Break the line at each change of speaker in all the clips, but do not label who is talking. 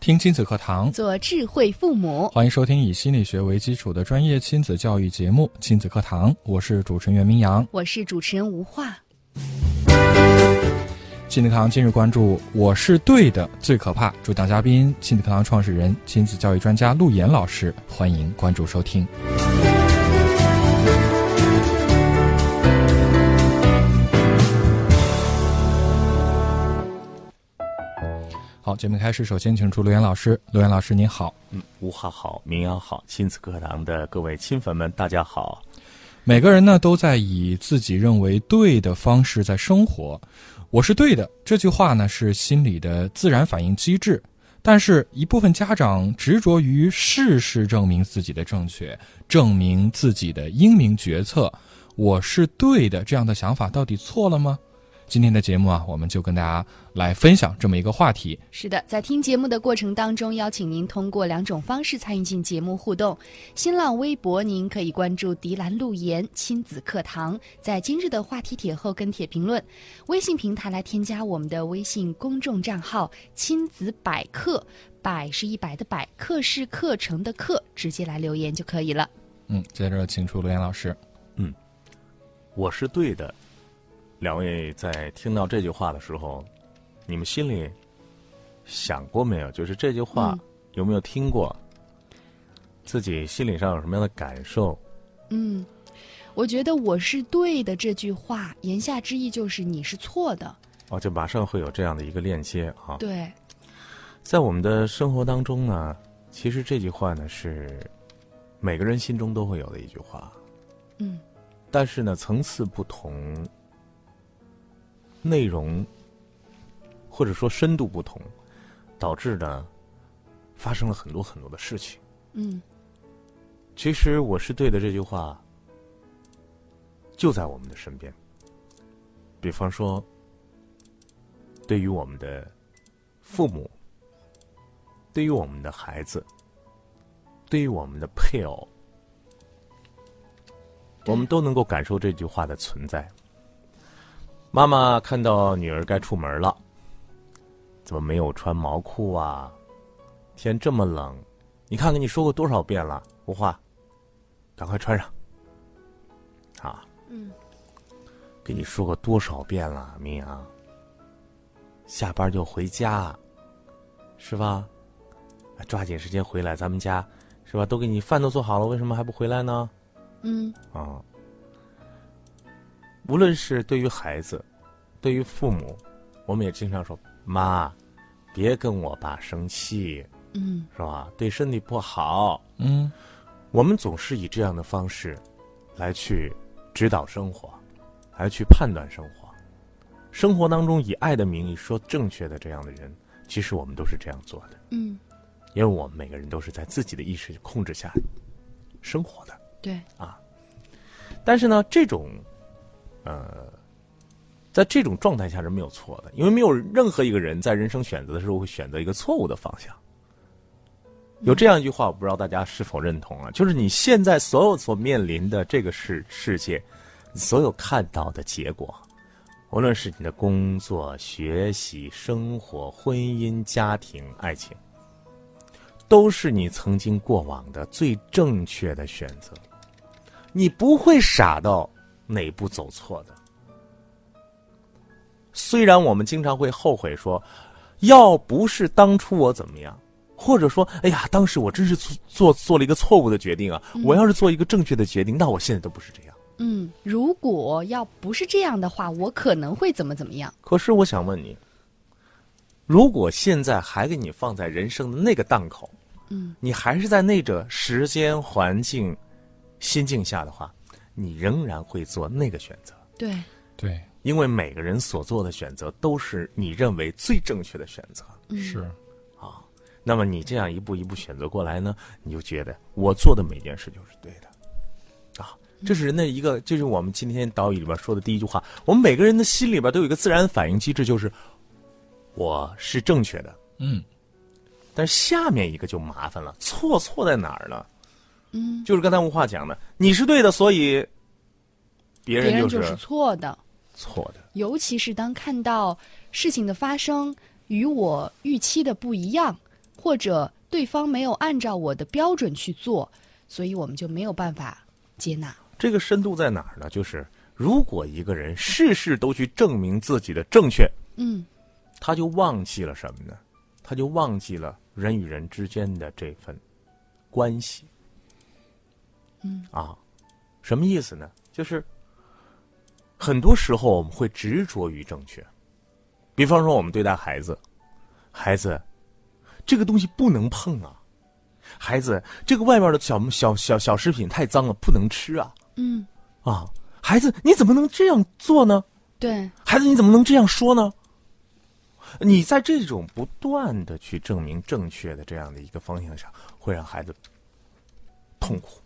听亲子课堂，
做智慧父母。
欢迎收听以心理学为基础的专业亲子教育节目《亲子课堂》，我是主持人袁明阳。
我是主持人吴化。
亲子课堂今日关注：我是对的，最可怕。主讲嘉宾：亲子课堂创始人、亲子教育专家陆岩老师。欢迎关注收听。好，节目开始，首先请出陆岩老师。陆岩老师，您好。
吴浩嗯好，民谣好，亲子课堂的各位亲粉们，大家好。
每个人呢都在以自己认为对的方式在生活。我是对的这句话呢是心理的自然反应机制，但是一部分家长执着于事事证明自己的正确，证明自己的英明决策。我是对的这样的想法到底错了吗？今天的节目啊，我们就跟大家来分享这么一个话题。
是的，在听节目的过程当中，邀请您通过两种方式参与进节目互动。新浪微博，您可以关注“迪兰路言亲子课堂”，在今日的话题帖后跟帖评论。微信平台来添加我们的微信公众账号“亲子百科”，百是一百的百，课是课程的课，直接来留言就可以了。
嗯，接着请出罗岩老师。
我是对的。两位在听到这句话的时候，你们心里想过没有？就是这句话、
嗯
有没有听过？自己心理上有什么样的感受？
嗯，我觉得我是对的这句话，言下之意就是你是错的。
哦，就马上会有这样的一个链接啊。
对，
在我们的生活当中呢，其实这句话呢是每个人心中都会有的一句话，
嗯
但是呢层次不同，内容或者说深度不同，导致呢发生了很多很多的事情。
嗯
其实我是对的这句话，就在我们的身边。比方说，对于我们的父母，对于我们的孩子，对于我们的配偶，我们都能够感受这句话的存在。妈妈看到女儿该出门了，怎么没有穿毛裤啊？天这么冷，你看跟你说过多少遍了，吴话，赶快穿上。啊，
嗯，
跟你说过多少遍了，明阳。下班就回家，是吧？啊抓紧时间回来，咱们家是吧？都给你饭都做好了，为什么还不回来呢？
嗯
啊，无论是对于孩子，对于父母，我们也经常说：“妈，别跟我爸生气，
嗯
是吧？对身体不好。”
嗯，
我们总是以这样的方式来去指导生活，来去判断生活。生活当中以爱的名义说正确的这样的人，其实我们都是这样做的，
嗯，
因为我们每个人都是在自己的意识控制下生活的。
对，
但是呢，这种，呃，在这种状态下是没有错的，因为没有任何一个人在人生选择的时候会选择一个错误的方向。有这样一句话，我不知道大家是否认同啊，就是你现在所有所面临的这个世世界，你所有看到的结果，无论是你的工作、学习、生活、婚姻、家庭、爱情，都是你曾经过往的最正确的选择。你不会傻到哪步走错的。虽然我们经常会后悔说，要不是当初我怎么样，或者说，哎呀，当时我真是做做做了一个错误的决定啊！我要是做一个正确的决定，那我现在都不是这样。
嗯，如果要不是这样的话，我可能会怎么怎么样？
可是我想问你，如果现在还给你放在人生的那个档口，
嗯，
你还是在那个时间、环境、心境下的话，你仍然会做那个选择。
对，
对，
因为每个人所做的选择都是你认为最正确的选择。
嗯
是，
那么你这样一步一步选择过来呢，你就觉得我做的每件事就是对的，啊，这是人的一个，就是我们今天导语里边说的第一句话。我们每个人的心里边都有一个自然反应机制，就是我是正确的。
嗯，
但是下面一个就麻烦了，错错在哪儿呢？嗯，就是刚才吴话讲的，你是对的，所以别
别
人
人
就
就是
是
错的。
错的。
尤其是当看到事情的发生与我预期的不一样，或者对方没有按照我的标准去做，所以我们就没有办法接纳。
这个深度在哪儿呢？就是如果一个人事事都去证明自己的正确，
嗯，
他就忘记了什么呢？他就忘记了人与人之间的这份关系。嗯啊，什么意思呢？就是很多时候我们会执着于正确，比方说我们对待孩子，孩子这个东西不能碰啊，孩子这个外面的小小小小食品太脏了，不能吃啊。
嗯，
啊，孩子你怎么能这样做呢？
对，
孩子，你怎么能这样说呢？你在这种不断的去证明正确的这样的一个方向上，会让孩子痛苦，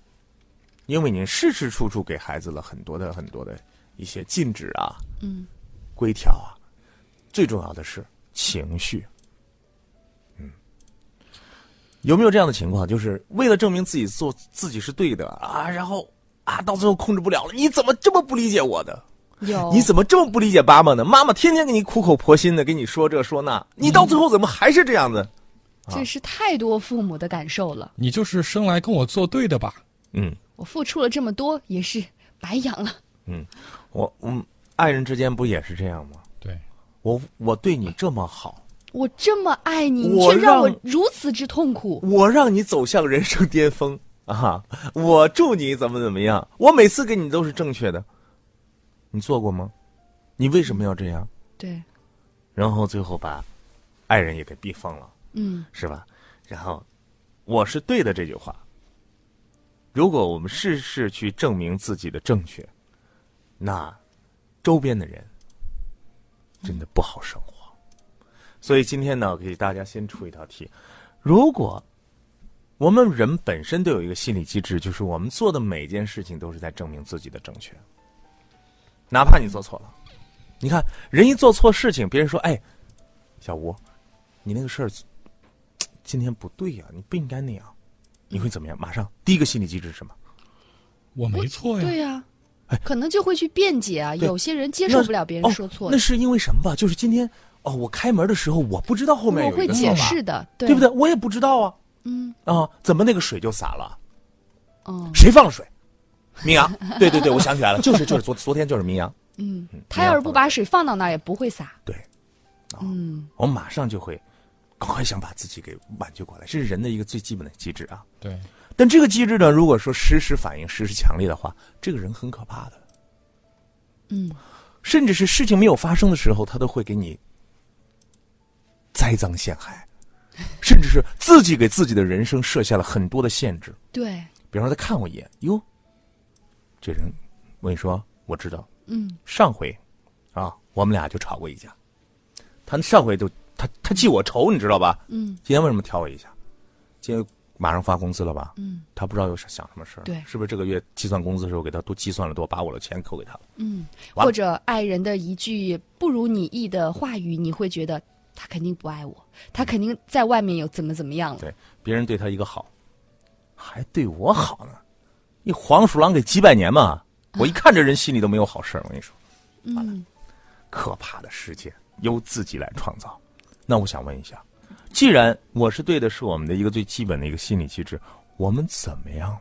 因为你事事处处给孩子了很多的很多的一些禁止啊，嗯，规条啊，最重要的是情绪，嗯，有没有这样的情况？就是为了证明自己做自己是对的啊，然后啊，到最后控制不了了，你怎么这么不理解我的？
有
你怎么这么不理解妈妈呢？妈妈天天给你苦口婆心的给你说这说那，你到最后怎么还是这样子？
这是太多父母的感受了。
你就是生来跟我作对的吧？
嗯，
我付出了这么多，也是白养了。
我嗯，爱人之间不也是这样吗？
对，
我我对你这么好，
我这么爱你，你
我
却让
让
我如此之痛苦。
我让你走向人生巅峰啊！我祝你怎么怎么样，我每次给你都是正确的，你做过吗？你为什么要这样？
对，
然后最后把爱人也给逼疯了。
嗯，
是吧？然后我是对的这句话。如果我们事事去证明自己的正确，那周边的人真的不好生活。所以今天呢，给大家先出一道题：如果我们人本身都有一个心理机制，就是我们做的每件事情都是在证明自己的正确，哪怕你做错了。你看，人一做错事情，别人说：“哎，小吴，你那个事儿今天不对呀、你不应该那样，你会怎么样？马上第一个心理机制是什么？
我没错呀。
对呀、可能就会去辩解啊。
哎对
有些人接
那
受
是
不了别
哦
人说错
那，是因为什么吧？就是今天哦，我开门的时候我不知道后面
我
有一
会
个扫
解
把，
释的，对
对不对？？我也不知道啊
嗯，
啊，怎么那个水就洒了？
哦，
谁放了水？明阳，对对对，我想起来了，就是就是昨昨天就是明阳，
嗯，
你
他
要
要是
放
不
在
把水放到那儿，也不会洒。
对，啊
嗯，
我马上就会赶快想把自己给挽救过来，这是人的一个最基本的机制啊。
对
但这个机制呢，如果说实时反应实时强烈的话，这个人很可怕的。
嗯，
甚至是事情没有发生的时候，他都会给你栽赃陷害，甚至是自己给自己的人生设下了很多的限制。
对，
比方说，他看我一眼，哟，这人，我跟你说，我知道，
嗯，
上回啊，我们俩就吵过一架，他上回就他他记我仇，你知道吧？
嗯，
今天为什么挑我一下？今天马上发工资了吧？
嗯，
他不知道又想什么事儿，
对
是不是这个月计算工资的时候给他多计算了多，把我的钱扣给他了？
嗯，
完了
或者爱人的一句不如你意的话语，你会觉得他肯定不爱我，他肯定在外面有怎么怎么样了。
对，别人对他一个好，还对我好呢，一黄鼠狼给几百年嘛！我一看这人心里都没有好事儿，我跟你说，完
嗯
了，可怕的世界由自己来创造。那我想问一下，既然我是对的，是我们的一个最基本的一个心理机制，我们怎么样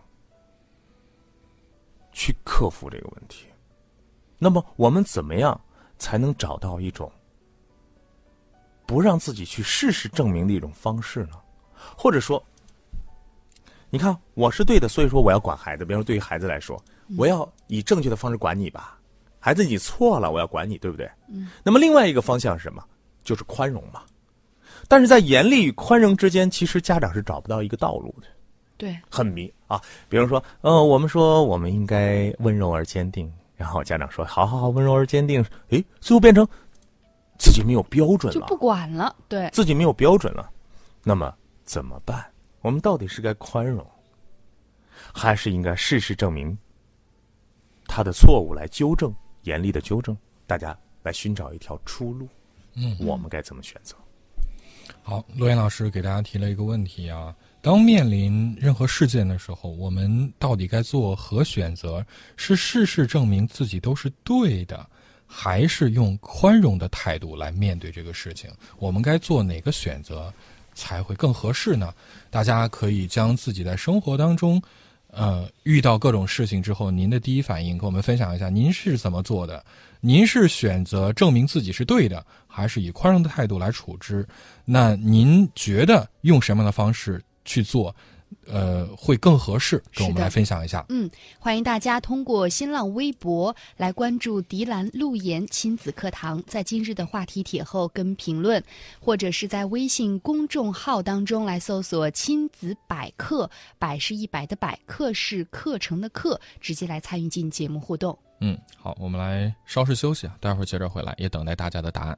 去克服这个问题？那么我们怎么样才能找到一种不让自己去事事证明的一种方式呢？或者说，你看我是对的，所以说我要管孩子。比如说对于孩子来说，我要以正确的方式管你吧。孩子，你错了，我要管你，对不对？嗯。那么另外一个方向是什么？就是宽容嘛。但是在严厉与宽容之间，其实家长是找不到一个道路的，
对，
很迷啊。比如说，呃，我们说我们应该温柔而坚定，然后家长说好好好，温柔而坚定，诶，最后变成自己没有标准
就
了，
不管了。对，
自己没有标准了，那么怎么办？我们到底是该宽容，还是应该事事证明他的错误来纠正，严厉的纠正，大家来寻找一条出路。
嗯，
我们该怎么选择？
好，罗岩老师给大家提了一个问题啊：当面临任何事件的时候，我们到底该做何选择？是事事证明自己都是对的，还是用宽容的态度来面对这个事情？我们该做哪个选择才会更合适呢？大家可以将自己在生活当中。呃，遇到各种事情之后，您的第一反应跟我们分享一下，您是怎么做的？您是选择证明自己是对的，还是以宽容的态度来处之？那您觉得用什么样的方式去做，呃，会更合适？跟我
是
们
的
来分享一下。
嗯，欢迎大家通过新浪微博来关注迪兰路言亲子课堂，在今日的话题帖后跟评论，或者是在微信公众号当中来搜索“亲子百课”，百是一百的百，课是课程的课，直接来参与进节目互动。
嗯，好，我们来稍事休息啊，待会儿接着回来，也等待大家的答案。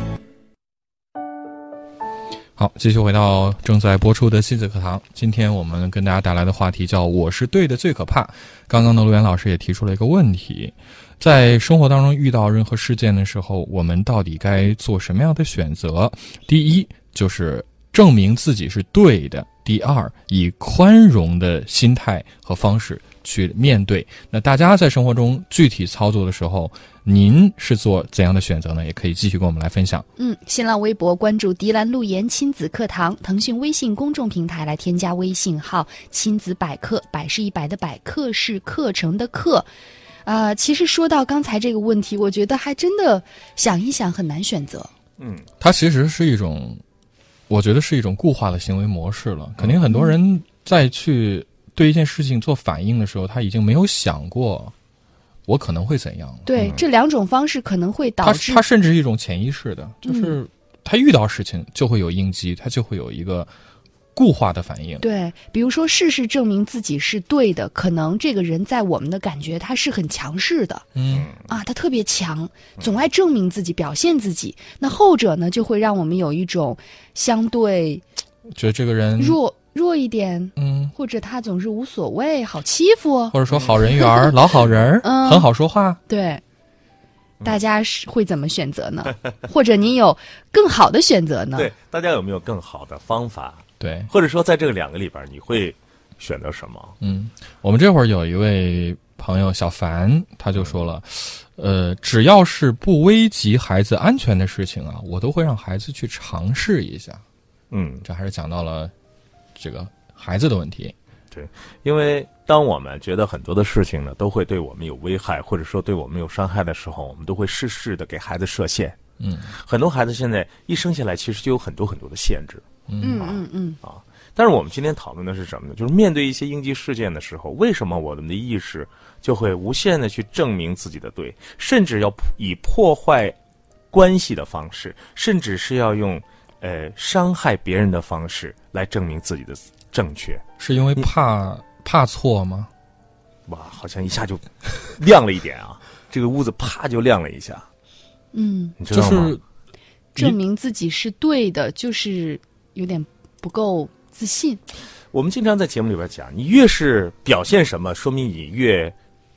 好，继续回到正在播出的亲子课堂。今天我们跟大家带来的话题叫“我是对的最可怕”。刚刚的陆源老师也提出了一个问题，在生活当中遇到任何事件的时候，我们到底该做什么样的选择？第一，就是证明自己是对的；第二，以宽容的心态和方式去面对。那大家在生活中具体操作的时候，您是做怎样的选择呢？也可以继续跟我们来分享。
嗯，新浪微博关注“迪兰路言亲子课堂”，腾讯微信公众平台来添加微信号“亲子百科”，百是一百的百，课是课程的课。呃，其实说到刚才这个问题，我觉得还真的想一想很难选择。
嗯，
它其实是一种，我觉得是一种固化的行为模式了。肯定很多人在去对一件事情做反应的时候，他已经没有想过我可能会怎样了。
对，这两种方式可能会导
嗯他
致嗯
他甚至是一种潜意识的，就是他遇到事情就会有应激，他就会有一个固化的反应。
对，比如说事事证明自己是对的，可能这个人在我们的感觉他是很强势的，
嗯
啊，他特别强，总爱证明自己、表现自己。那后者呢，就会让我们有一种相对
觉得这个
嗯
人，
弱弱一点，
嗯，
或者他总是无所谓，好欺负。
或者说好人缘儿、 老好人儿，
嗯
很好说话。
对，
嗯
大家是会怎么选择呢？或者您有更好的选择呢？
对，大家有没有更好的方法？
对，
或者说，在这个两个里边，你会选择什么？
嗯，我们这会儿有一位朋友小凡，他就说了，呃，只要是不危及孩子安全的事情啊，我都会让孩子去尝试一下。
嗯，
这还是讲到了这个孩子的问题。
因为当我们觉得很多的事情呢，都会对我们有危害，或者说对我们有伤害的时候，我们都会适时的给孩子设限。
嗯，
很多孩子现在一生下来，其实就有很多很多的限制。
嗯嗯嗯，
但是我们今天讨论的是什么呢？就是面对一些应激事件的时候，为什么我们的意识就会无限的去证明自己的对，甚至要以破坏关系的方式，甚至是要用呃伤害别人的方式来证明自己的正确。
是因为
嗯
怕怕错吗？
哇，好像一下就亮了一点啊！ 这个屋子啪就亮了一下，
嗯，
你知
就
道吗？
是
证明自己是对的，就是有点不够自信。
我们经常在节目里边讲，你越是表现什么，说明你越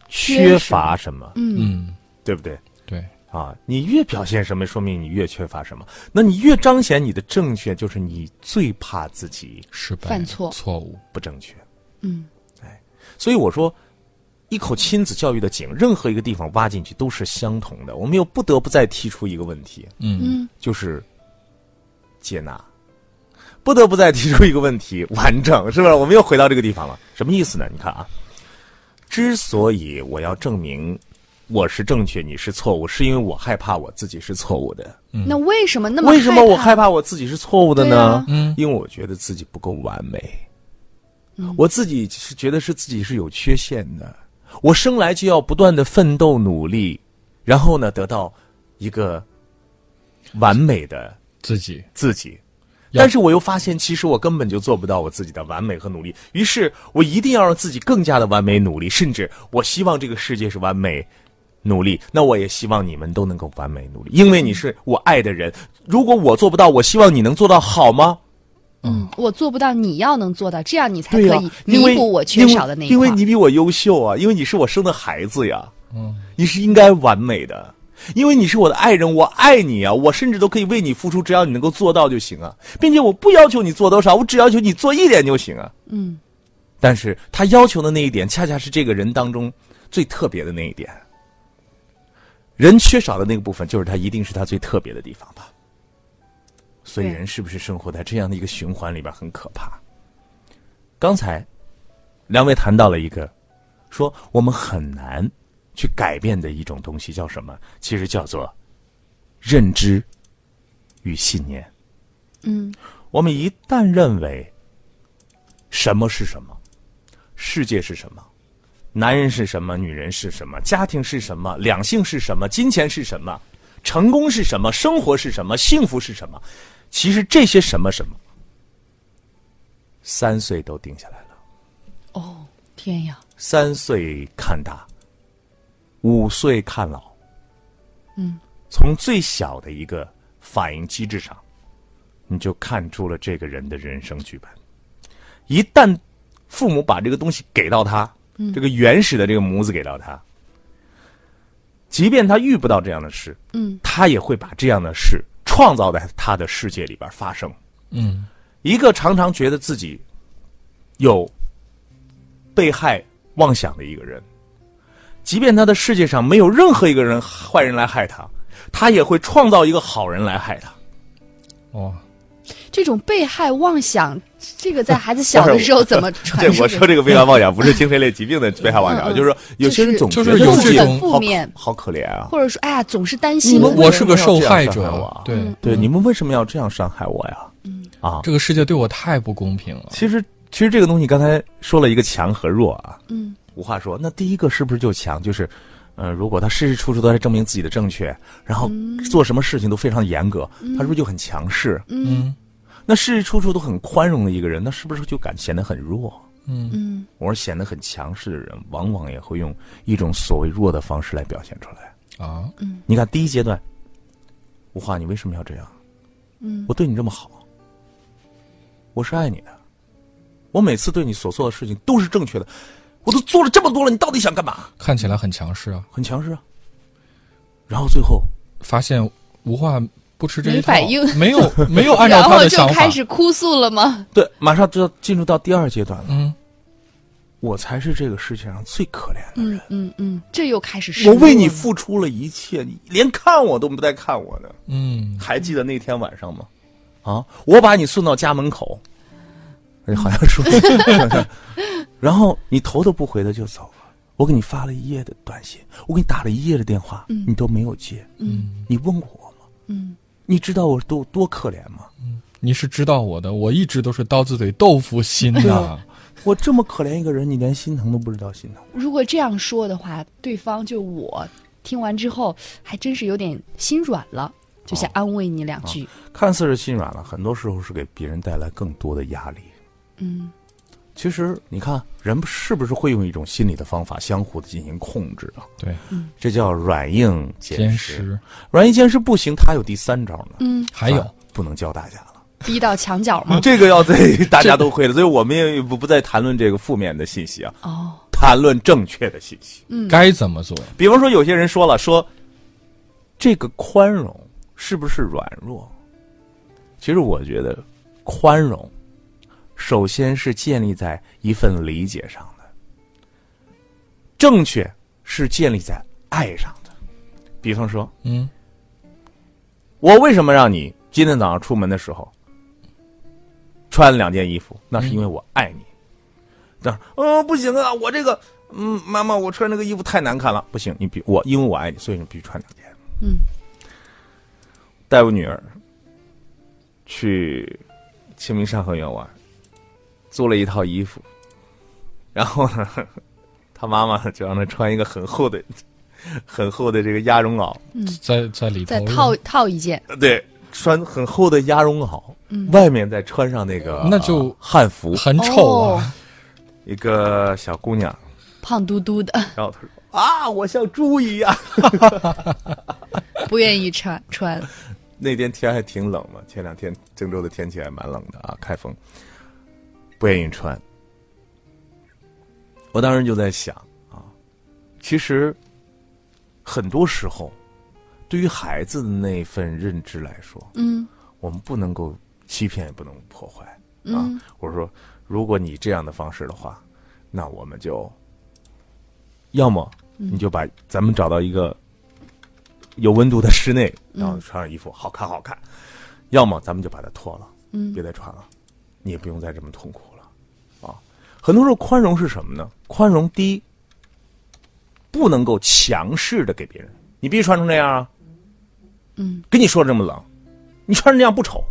缺乏什么，
嗯
嗯，
对不对？
对，
啊，你越表现什么，说明你越缺乏什么。那你越彰显你的正确，就是你最怕自己
失败、
犯错
错误。
不正确。哎
嗯，
所以我说，一口亲子教育的井，任何一个地方挖进去都是相同的。我们又不得不再提出一个问题，
嗯，
嗯
就是接纳。不得不再提出一个问题：完整是不是？我们又回到这个地方了，什么意思呢？你看啊，之所以我要证明我是正确，你是错误，是因为我害怕我自己是错误的。
那为什么那
嗯
么
为什么我害
怕？
怕我自己是错误的
对
呢
啊？
嗯
因为我觉得自己不够完美，
嗯
我自己是觉得是自己是有缺陷的，我生来就要不断的奋斗努力，然后呢得到一个完美的
自己
自己。
要
但是我又发现，其实我根本就做不到我自己的完美和努力。于是我一定要让自己更加的完美努力，甚至我希望这个世界是完美努力。那我也希望你们都能够完美努力，因为你是我爱的人。如果我做不到，我希望你能做到好吗？
嗯，我做不到，你要能做到，这样你才
对呀、
可以弥
因为
补我缺少的那一
因为
块。
因为你比我优秀啊，因为你是我生的孩子呀，
嗯，
你是应该完美的，因为你是我的爱人，我爱你啊，我甚至都可以为你付出，只要你能够做到就行啊，并且我不要求你做多少，我只要求你做一点就行啊。
嗯，
但是他要求的那一点，恰恰是这个人当中最特别的那一点。人缺少的那个部分，就是他一定是他最特别的地方吧。所以，
对
人是不是生活在这样的一个循环里边，很可怕？刚才两位谈到了一个，说我们很难去改变的一种东西叫什么？其实叫做认知与信念。
嗯，
我们一旦认为什么是什么，世界是什么，男人是什么，女人是什么，家庭是什么，两性是什么，金钱是什么，成功是什么，生活是什么，幸福是什么，其实这些什么什么，三岁都定下来了。
哦，天呀，
三岁看大，五岁看老。
嗯，
从最小的一个反应机制上，你就看出了这个人的人生剧本。一旦父母把这个东西给到他，
嗯
这个原始的这个模子给到他，即便他遇不到这样的事，
嗯，
他也会把这样的事创造在他的世界里边发生。
嗯，
一个常常觉得自己有被害妄想的一个人，即便他的世界上没有任何一个人坏人来害他，他也会创造一个好人来害他。
哦，
这种被害妄想，这个在孩子小的时候怎么传
这
输？
我说这个被害妄想不是精神类疾病的被害妄想，
嗯嗯
就是说有些人总
就
觉
是
得
有
自己
这
种
好
负面
好可怜啊。
或者说，哎呀，总是担
你
心
们为
我
什
是
么
个
要
受
这样
害
伤害
者
我啊，
对，
嗯
对，你们为什么要这样伤害我呀？
嗯
啊，
这个世界对我太不公平了。
其实其实这个东西刚才说了一个强和弱啊，
嗯
无话说。那第一个是不是就强？就是，嗯、如果他时时处处都在证明自己的正确，然后做什么事情都非常严格，他是不是就很强势？
嗯
嗯
那时时处处都很宽容的一个人，那是不是就感显得很弱？
嗯
嗯，
我说显得很强势的人，往往也会用一种所谓弱的方式来表现出来。
啊，
你看第一阶段，无话，你为什么要这样？嗯，我对你这么好，我是爱你的，我每次对你所做的事情都是正确的，我都做了这么多了，你到底想干嘛？
看起来很强势啊，
很强势啊。然后最后，
发现无话不吃这一
没
套，
反应
没有没有按照
然
他
后
的
就
想法
开，始哭诉了吗？
对，马上就要进入到第二阶段了。
嗯，
我才是这个世界上最可怜的人，
嗯嗯嗯，这又开始失
我
落
为你
了
付出了一切，你连看我都不带看我的。
嗯，
还记得那天晚上吗？啊，我把你送到家门口，哎好像说， 然后你头都不回的就走了。我给你发了一夜的短信，我给你打了一夜的电话，你都没有接。嗯，你问过我吗？
嗯，
你知道我多多可怜吗？
你是知道我的，我一直都是刀子嘴豆腐心呐、
嗯
我这么可怜一个人，你连心疼都不知道心疼。
如果这样说的话，对方就我听完之后，还真是有点心软了，就想安慰你两句。
看似是心软了，很多时候是给别人带来更多的压力。
嗯
其实你看，人是不是会用一种心理的方法相互的进行控制啊？
对，
这叫软硬兼
坚
施。
持，
软硬兼施不行，他有第三招呢，
嗯，
还有
啊不能教大家了。
逼到墙角吗？
这个要对大家都会的，所以我们也不不再谈论这个负面的信息啊，
哦，
谈论正确的信息。
该怎么做，
比方说，有些人说了说，这个宽容是不是软弱？其实我觉得，宽容首先是建立在一份理解上的，正确是建立在爱上的。比方说，
嗯
我为什么让你今天早上出门的时候穿两件衣服？那是因为我爱你。那嗯、呃不行啊，我这个嗯，妈妈，我穿这个衣服太难看了，不行，你必我因为我爱你，所以你必须穿两件。
嗯，
带我女儿去清明上河园玩，租了一套衣服，然后呢，她妈妈就让她穿一个很厚的、很厚的这个鸭绒袄，
在在里头
再套套一件，
对，穿很厚的鸭绒袄，
嗯
外面再穿上那个
那就
呃汉 服。
很
哦
丑啊，
一个小姑娘，
胖嘟嘟的，
然后她说：“啊，我像猪一样。
不愿意穿穿。”
那天天还挺冷嘛，前两天郑州的天气还蛮冷的啊，开封，不愿意穿。我当时就在想啊，其实很多时候，对于孩子的那份认知来说，
嗯
我们不能够欺骗，也不能破坏。啊
嗯，
我说，如果你这样的方式的话，那我们就要么
嗯
你就把咱们找到一个有温度的室内，然后穿上衣服，好看好看；要么咱们就把它脱了，
嗯
别再穿了，你也不用再这么痛苦了啊。很多时候，宽容是什么呢？宽容第一，不能够强势的给别人，你必须穿成这样啊。
嗯，
跟你说这么冷，你穿成这样不丑，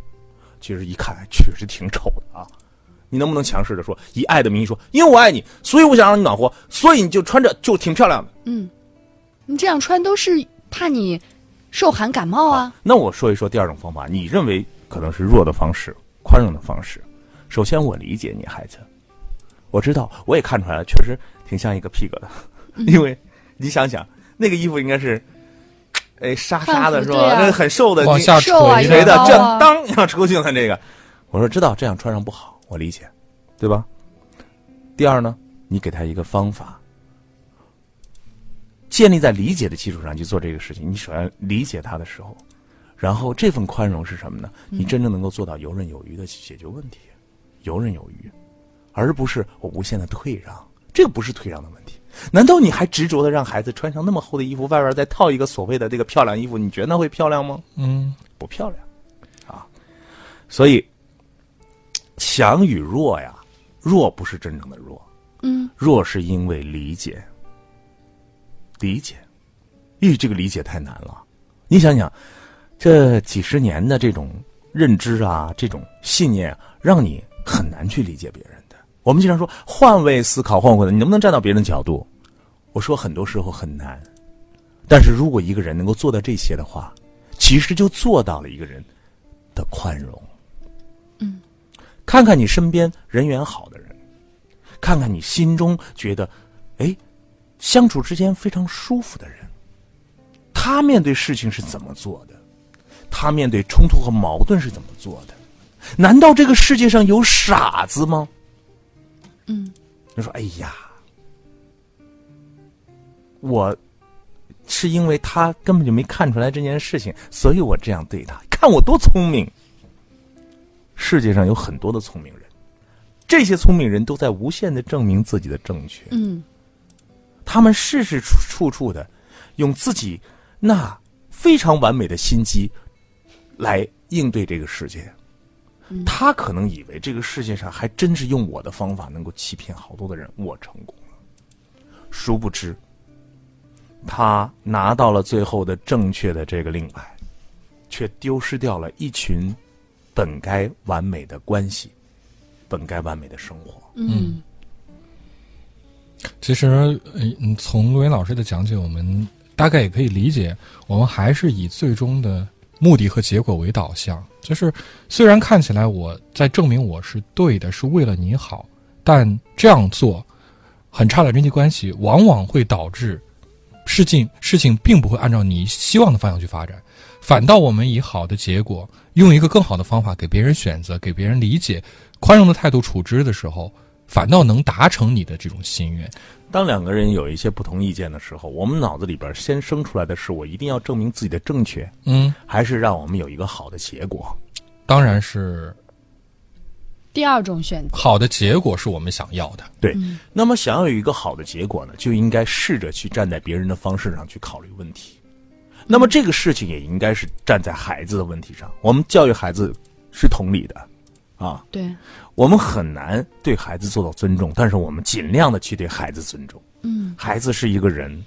其实一看哎确实挺丑的啊。你能不能强势的说，以爱的名义说，因为我爱你，所以我想让你暖和，所以你就穿着就挺漂亮的。
你这样穿都是怕你受寒感冒啊。
那我说一说第二种方法，你认为可能是弱的方式，宽容的方式。首先，我理解你孩子，我知道，我也看出来了，确实挺像一个屁股的，因为你想想，那个衣服应该是，哎，纱纱的是吧？
汉服对啊
那很瘦的，
往
你
下
瘦啊
哦垂
有
谁
点
的
高，
这
啊
当要出去了这个，我说知道这样穿上不好，我理解，对吧？第二呢，你给他一个方法，建立在理解的基础上去做这个事情。你首先理解他的时候，然后这份宽容是什么呢？你真正能够做到游刃有余的去解决问题，游刃有余，而不是我无限的退让，这个不是退让的问题。难道你还执着的让孩子穿上那么厚的衣服，外边再套一个所谓的这个漂亮衣服？你觉得那会漂亮吗？
嗯
不漂亮啊。所以，强与弱呀，弱不是真正的弱，
嗯
弱是因为理解，理解，咦，这个理解太难了。你想想，这几十年的这种认知啊，这种信念啊，让你很难去理解别人的。我们经常说换位思考，换位思考，你能不能站到别人的角度？我说很多时候很难，但是如果一个人能够做到这些的话，其实就做到了一个人的宽容。
嗯，
看看你身边人缘好的人。看看你心中觉得，哎，相处之间非常舒服的人，他面对事情是怎么做的？他面对冲突和矛盾是怎么做的？难道这个世界上有傻子吗？
嗯，
你说，哎呀，我是因为他根本就没看出来这件事情，所以我这样对他。看我多聪明！世界上有很多的聪明人，这些聪明人都在无限的证明自己的正确。
嗯
他们事事处处处的用自己那非常完美的心机来应对这个世界。他可能以为这个世界上还真是用我的方法能够欺骗好多的人，我成功了。殊不知，他拿到了最后的正确的这个令牌，却丢失掉了一群本该完美的关系，本该完美的生活。
嗯
其实，呃嗯，从陆岩老师的讲解，我们大概也可以理解，我们还是以最终的目的和结果为导向。就是虽然看起来我在证明我是对的，是为了你好，但这样做很差的人际关系，往往会导致事情 事情并不会按照你希望的方向去发展，反倒我们以好的结果，用一个更好的方法给别人选择，给别人理解，宽容的态度处之的时候。反倒能达成你的这种心愿，
当两个人有一些不同意见的时候，我们脑子里边先生出来的是我一定要证明自己的正确，
嗯，
还是让我们有一个好的结果？
当然是
第二种选择，
好的结果是我们想要的。
对。那么，想要有一个好的结果呢，就应该试着去站在别人的方式上去考虑问题。那么，这个事情也应该是站在孩子的问题上。我们教育孩子是同理的，啊，
对，
我们很难对孩子做到尊重，但是我们尽量的去对孩子尊重。
嗯
孩子是一个人，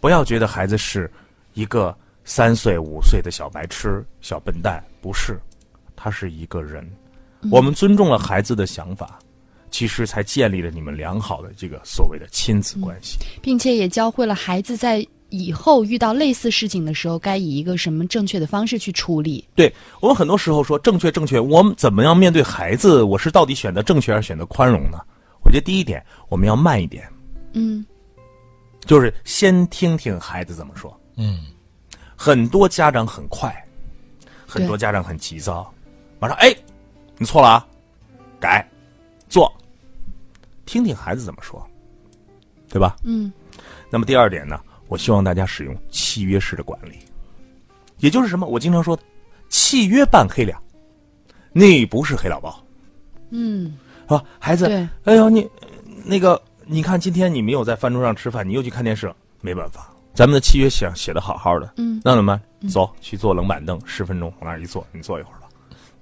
不要觉得孩子是一个三岁五岁的小白痴、小笨蛋，不是，他是一个人。我们尊重了孩子的想法，其实
嗯
才建立了你们良好的这个所谓的亲子关系。
并且也教会了孩子在以后遇到类似事情的时候，该以一个什么正确的方式去处理？
对我们很多时候说正确正确，我们怎么样面对孩子？我是到底选择正确还是选择宽容呢？我觉得第一点，我们要慢一点，
嗯
就是先听听孩子怎么说。
嗯，
很多家长很快，很多家长很急躁，马上哎，你错了啊，改，做，听听孩子怎么说，对吧？
嗯
那么第二点呢，我希望大家使用契约式的管理，也就是什么？我经常说的，契约扮黑脸，你不是黑老包
嗯，
啊，孩子，
对，
哎呦，你呃那个，你看今天你没有在饭桌上吃饭，你又去看电视了，没办法，咱们的契约想写的好好的，
嗯
那怎么办？走去坐冷板凳，十分钟往那儿一坐，你坐一会儿吧，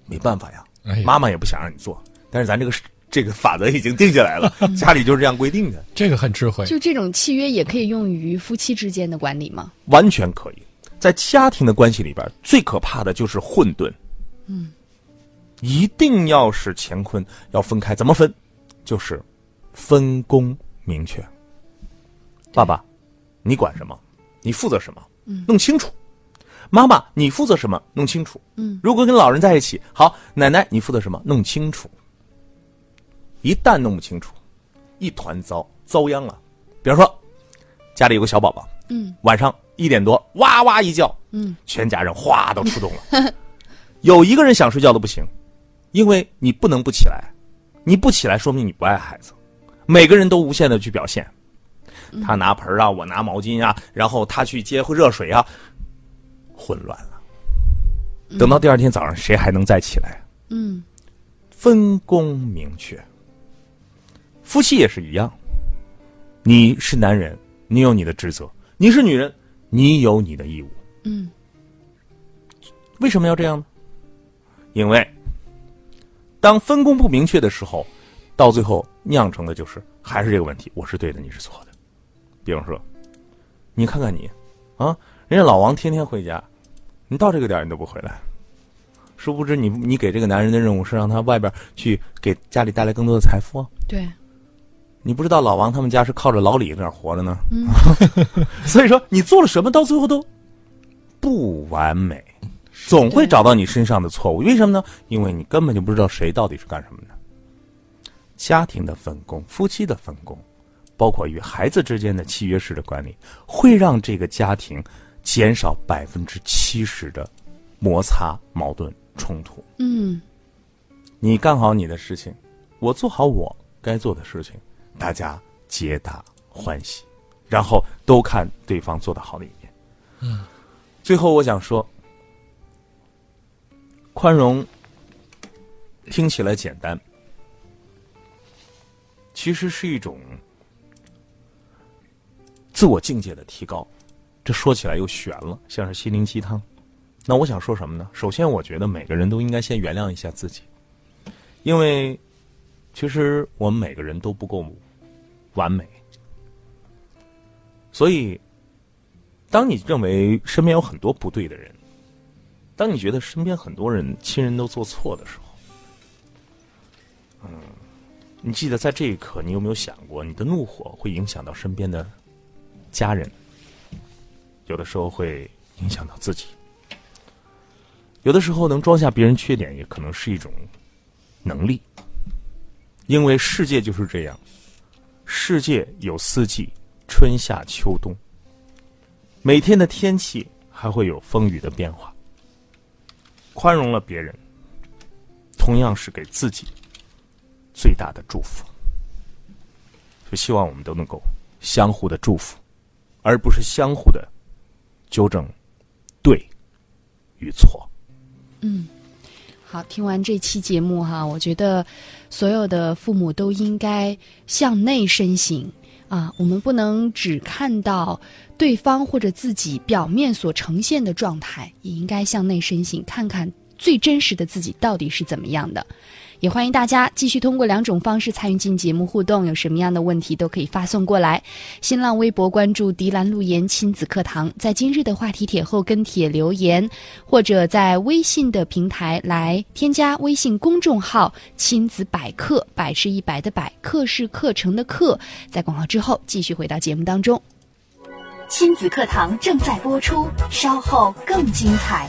没办法呀，
哎呀，
妈妈也不想让你坐，但是咱这个这个法则已经定下来了，家里就是这样规定的，
这个很智慧，
就这种契约也可以用于夫妻之间的管理吗？
完全可以。在家庭的关系里边，最可怕的就是混沌，
嗯，
一定要是乾坤要分开，怎么分？就是分工明确。爸爸，你管什么？你负责什么？
嗯
弄清楚。妈妈，你负责什么？弄清楚。
嗯，
如果跟老人在一起，好，奶奶，你负责什么？弄清楚。一旦弄不清楚，一团糟，遭殃了。比方说，家里有个小宝宝，
嗯，
晚上一点多哇哇一叫，
嗯，
全家人哗都出动了，有一个人想睡觉都不行，因为你不能不起来，你不起来说明你不爱孩子。每个人都无限的去表现，他拿盆儿啊，我拿毛巾啊，然后他去接热水啊，混乱了。等到第二天早上，谁还能再起来？
嗯
分工明确。夫妻也是一样，你是男人，你有你的职责；你是女人，你有你的义务。
嗯
为什么要这样呢？因为当分工不明确的时候，到最后酿成的就是还是这个问题，我是对的，你是错的。比方说，你看看你，啊，人家老王天天回家，你到这个点儿你都不回来，殊不知你你给这个男人的任务是让他外边去给家里带来更多的财富啊。
对，
你不知道老王他们家是靠着老李那儿活着呢，
嗯
所以说你做了什么，到最后都不完美，总会
对
找到你身上的错误。为什么呢？因为你根本就不知道谁到底是干什么的。家庭的分工、夫妻的分工，包括与孩子之间的契约式的管理，会让这个家庭减少百分之七十的摩擦、矛盾、冲突。
嗯
你干好你的事情，我做好我该做的事情，大家皆大欢喜，然后都看对方做的好的一面。嗯，最后我想说，宽容听起来简单，其实是一种自我境界的提高。这说起来又悬了，像是心灵鸡汤。那我想说什么呢？首先，我觉得每个人都应该先原谅一下自己。因为其实我们每个人都不够完美，所以当你认为身边有很多不对的人，当你觉得身边很多人亲人都做错的时候，嗯，你记得在这一刻，你有没有想过，你的怒火会影响到身边的家人，有的时候会影响到自己。有的时候能装下别人缺点，也可能是一种能力，因为世界就是这样，世界有四季，春夏秋冬，每天的天气还会有风雨的变化。宽容了别人，同样是给自己最大的祝福。就希望我们都能够相互的祝福，而不是相互的纠正对与错。
好，听完这期节目哈，我觉得所有的父母都应该向内深省啊，我们不能只看到对方或者自己表面所呈现的状态，也应该向内深省，看看最真实的自己到底是怎么样的。也欢迎大家继续通过两种方式参与进节目互动，有什么样的问题都可以发送过来。新浪微博关注“迪兰路言亲子课堂”，在今日的话题帖后跟帖留言，或者在微信的平台来添加微信公众号“亲子百科”，百是一百的百，课是课程的课。在广告之后继续回到节目当中。
亲子课堂正在播出，稍后更精彩。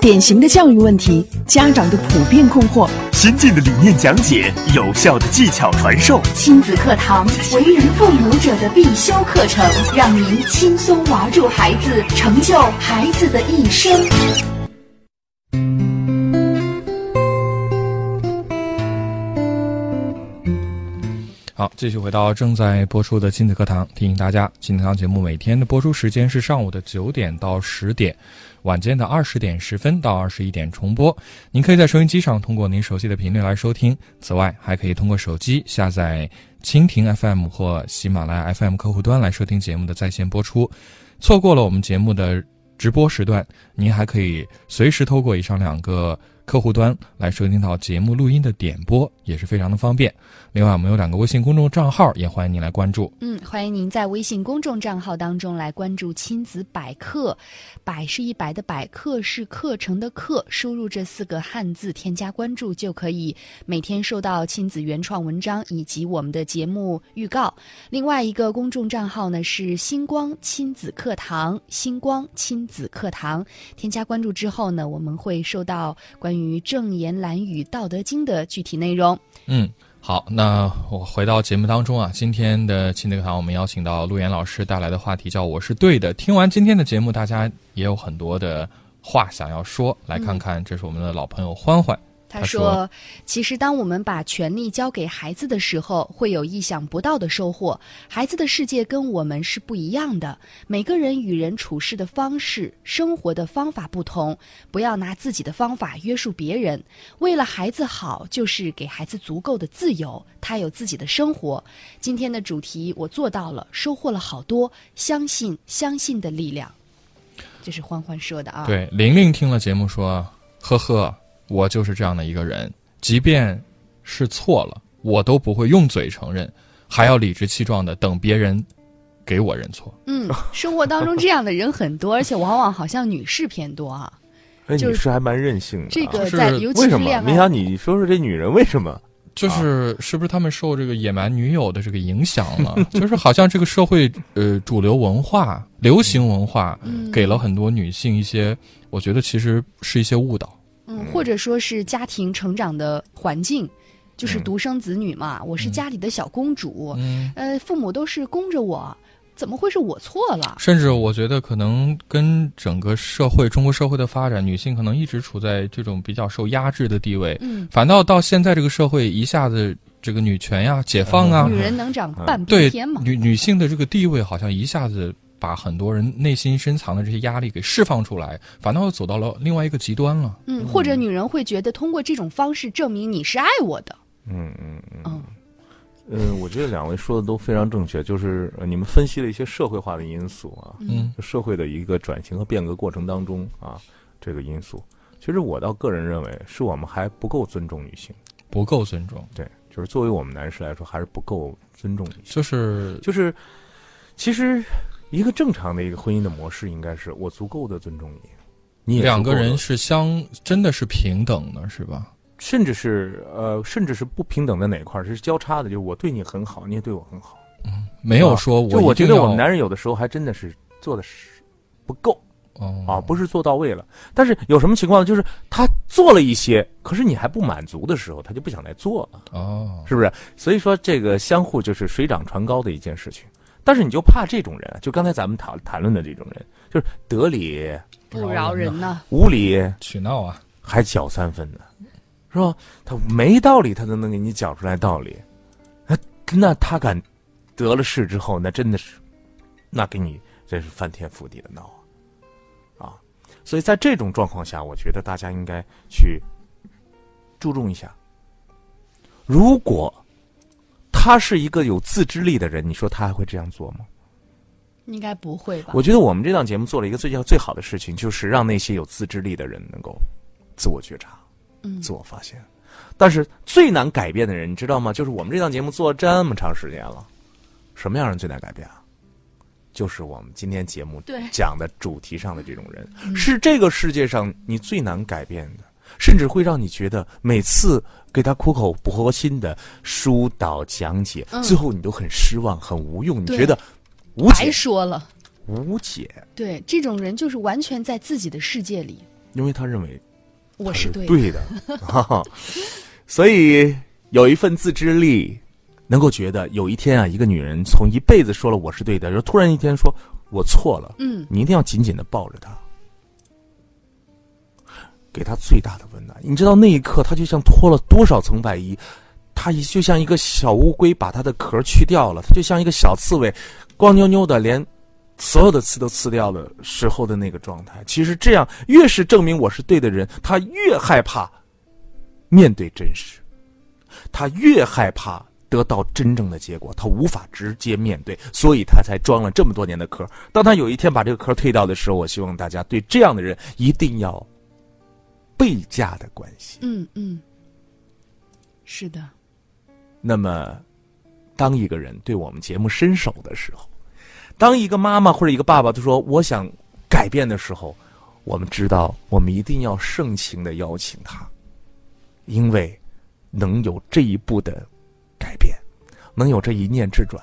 典型的教育问题，家长的普遍困惑，
先进的理念讲解，有效的技巧传授，
亲子课堂为人父母者的必修课程，让您轻松玩住孩子，成就孩子的一生。
好，继续回到正在播出的亲子课堂，提醒大家，亲子课堂节目每天的播出时间是上午的九点到十点，晚间的二十点十分到二十一点重播。您可以在收音机上通过您熟悉的频率来收听，此外还可以通过手机下载蜻蜓 FM 或喜马拉雅 FM 客户端来收听节目的在线播出。错过了我们节目的直播时段，您还可以随时透过以上两个客户端来收听到节目录音的点播，也是非常的方便。另外，我们有两个微信公众账号，也欢迎您来关注。
嗯，欢迎您在微信公众账号当中来关注“亲子百科”，百是一百的百，课是课程的课，输入这四个汉字添加关注，就可以每天收到亲子原创文章以及我们的节目预告。另外一个公众账号呢是“星光亲子课堂”，星光亲子课堂，添加关注之后呢，我们会收到关于正言蓝语《道德经》的具体内容。
嗯，好，那我回到节目当中啊，今天的亲子课堂，我们邀请到陆岩老师带来的话题叫“我是对的”。听完今天的节目，大家也有很多的话想要说，来看看，这是我们的老朋友欢欢，
他
他
说
说：“
其实，当我们把权力交给孩子的时候，会有意想不到的收获。孩子的世界跟我们是不一样的，每个人与人处事的方式、生活的方法不同，不要拿自己的方法约束别人。为了孩子好，就是给孩子足够的自由，他有自己的生活。今天的主题我做到了，收获了好多，相信相信的力量。”这是欢欢说的啊。
对，玲玲听了节目说：“呵呵，我就是这样的一个人，即便是错了，我都不会用嘴承认，还要理直气壮的等别人给我认错。
嗯，生活当中这样的人很多，而且往往好像女士偏多啊。
哎，
就是
女士还蛮任性的啊。
这个
是
在尤其
为
是
什么？
恋
明
爱，
霞，你说说这女人为什么？”
就是是不是他们受这个野蛮女友的这个影响了？就是好像这个社会呃主流文化、流行文化
嗯
给了很多女性一些，我觉得其实是一些误导。
嗯，或者说是家庭成长的环境，就是
嗯
独生子女嘛，我是家里的小公主，
嗯，
呃，父母都是供着我，怎么会是我错了？
甚至我觉得可能跟整个社会、中国社会的发展，女性可能一直处在这种比较受压制的地位，
嗯，
反倒到现在这个社会一下子这个女权呀、解放啊，
女人能长半边
对
天嘛？
女女性的这个地位，好像一下子把很多人内心深藏的这些压力给释放出来，反倒走到了另外一个极端了。
嗯，或者女人会觉得通过这种方式证明你是爱我的。
嗯嗯嗯
嗯
嗯，我觉得两位说的都非常正确，就是呃你们分析了一些社会化的因素啊，
嗯
就社会的一个转型和变革过程当中啊，这个因素，其实我倒个人认为，是我们还不够尊重女性。
不够尊重，
对，就是作为我们男士来说，还是不够尊重女性。
就是
就是，其实一个正常的一个婚姻的模式，应该是我足够的尊重你，你也
两个
足够地
人是相真的是平等的，是吧？
甚至是呃，甚至是不平等的哪一块儿是交叉的，就是我对你很好，你也对我很好。啊
没有说我
就我
我
觉得我们男人有的时候还真的是做的是不够
哦
啊，不是做到位了。但是有什么情况呢？就是他做了一些，可是你还不满足的时候，他就不想再做了，
哦，
是不是？所以说这个相互就是水涨船高的一件事情。但是你就怕这种人，就刚才咱们谈谈论的这种人，就是得理
不饶人呐，
无理
取闹啊，
还搅三分呢，是吧？他没道理，他都能给你搅出来道理，那那他敢得了势之后，那真的是，那给你真是翻天覆地的闹啊！啊，所以在这种状况下，我觉得大家应该去注重一下。如果他是一个有自制力的人，你说他还会这样做吗？
应该不会吧
我？觉得我们这档节目做了一个最要最好的事情，就是让那些有自制力的人能够自我觉察。
嗯
自我发现。但是最难改变的人，你知道吗？就是我们这档节目做了这么长时间了，什么样的人最难改变啊？就是我们今天节目
对嗯
讲的主题上的这种人，是这个世界上你最难改变的，甚至会让你觉得每次给他苦口婆心的疏导讲解，
嗯
最后你都很失望、很无用，你
对
觉得无
白
解，
说了。
无解，
对，这种人就是完全在自己的世界里，
因为他认为
我
他
是
对
对的。
的， 哈哈。所以有一份自制力，能够觉得有一天啊，一个女人从一辈子说了我是对的，然后突然一天说我错了，
嗯，
你一定要紧紧的抱着她，给她最大的温暖。你知道那一刻，她就像脱了多少层外衣，她也就像一个小乌龟把它的壳去掉了，她就像一个小刺猬，光妞妞的，连所有的刺都刺掉的时候的那个状态。其实这样，越是证明我是对的人，她越害怕面对真实，她越害怕。得到真正的结果，她无法直接面对，所以她才装了这么多年的壳，当他有一天把这个壳退掉的时候，我希望大家对这样的人一定要倍价的关心。
嗯嗯，是的，
那么，当一个人对我们节目伸手的时候，当一个妈妈或者一个爸爸都说我想改变的时候，我们知道我们一定要盛情的邀请他，因为能有这一步的改变，能有这一念之转，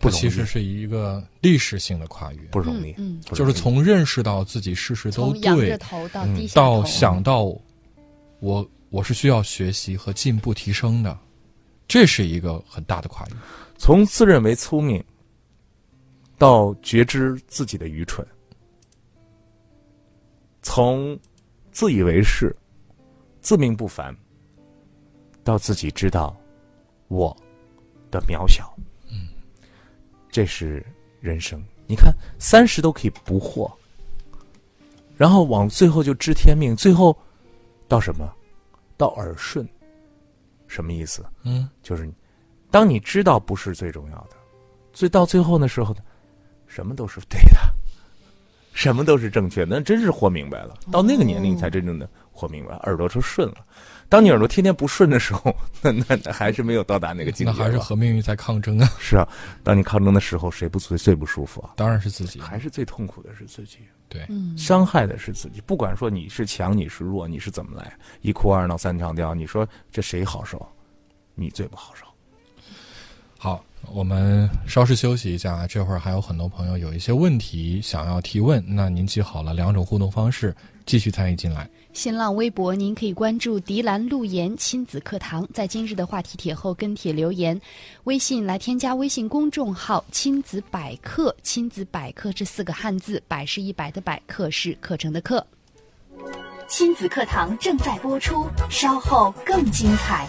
不
它
容易
其实是一个历史性的跨越，
不容易，
嗯嗯
不容易
就是从认识到自己事事都
从仰着
对，
头到
嗯
低下头，啊
到想到我我是需要学习和进步提升的，这是一个很大的跨越。
从自认为聪明到觉知自己的愚蠢，从自以为是、自命不凡到自己知道我的渺小，嗯，这是人生。你看，三十都可以不惑，然后往最后就知天命，最后到什么？到耳顺，什么意思？
嗯，
就是你当你知道不是最重要的，最到最后的时候呢，什么都是对的， 什么都是正确的，那真是活明白了。到那个年龄，你才真正的活明白，耳朵就顺了。当你耳朵天天不顺的时候， 那那那还是没有到达那个境界
那
吧。
还是和命运在抗争啊，
是啊，当你抗争的时候，谁不最最不舒服啊？
当然是自己。
还是最痛苦的是自己，
对，
嗯，
伤害的是自己。不管说你是强，你是弱，你是怎么来，一哭二闹三上吊，你说这谁好受？你最不好受。
好，我们稍事休息一下，这会儿还有很多朋友有一些问题想要提问，那您记好了两种互动方式，继续参与进来。
新浪微博，您可以关注“迪兰路言亲子课堂”，在今日的话题帖后跟帖留言。微信来添加微信公众号“亲子百科”，亲子百科这四个汉字，百是一百的百，课是课程的课。
亲子课堂正在播出，稍后更精彩。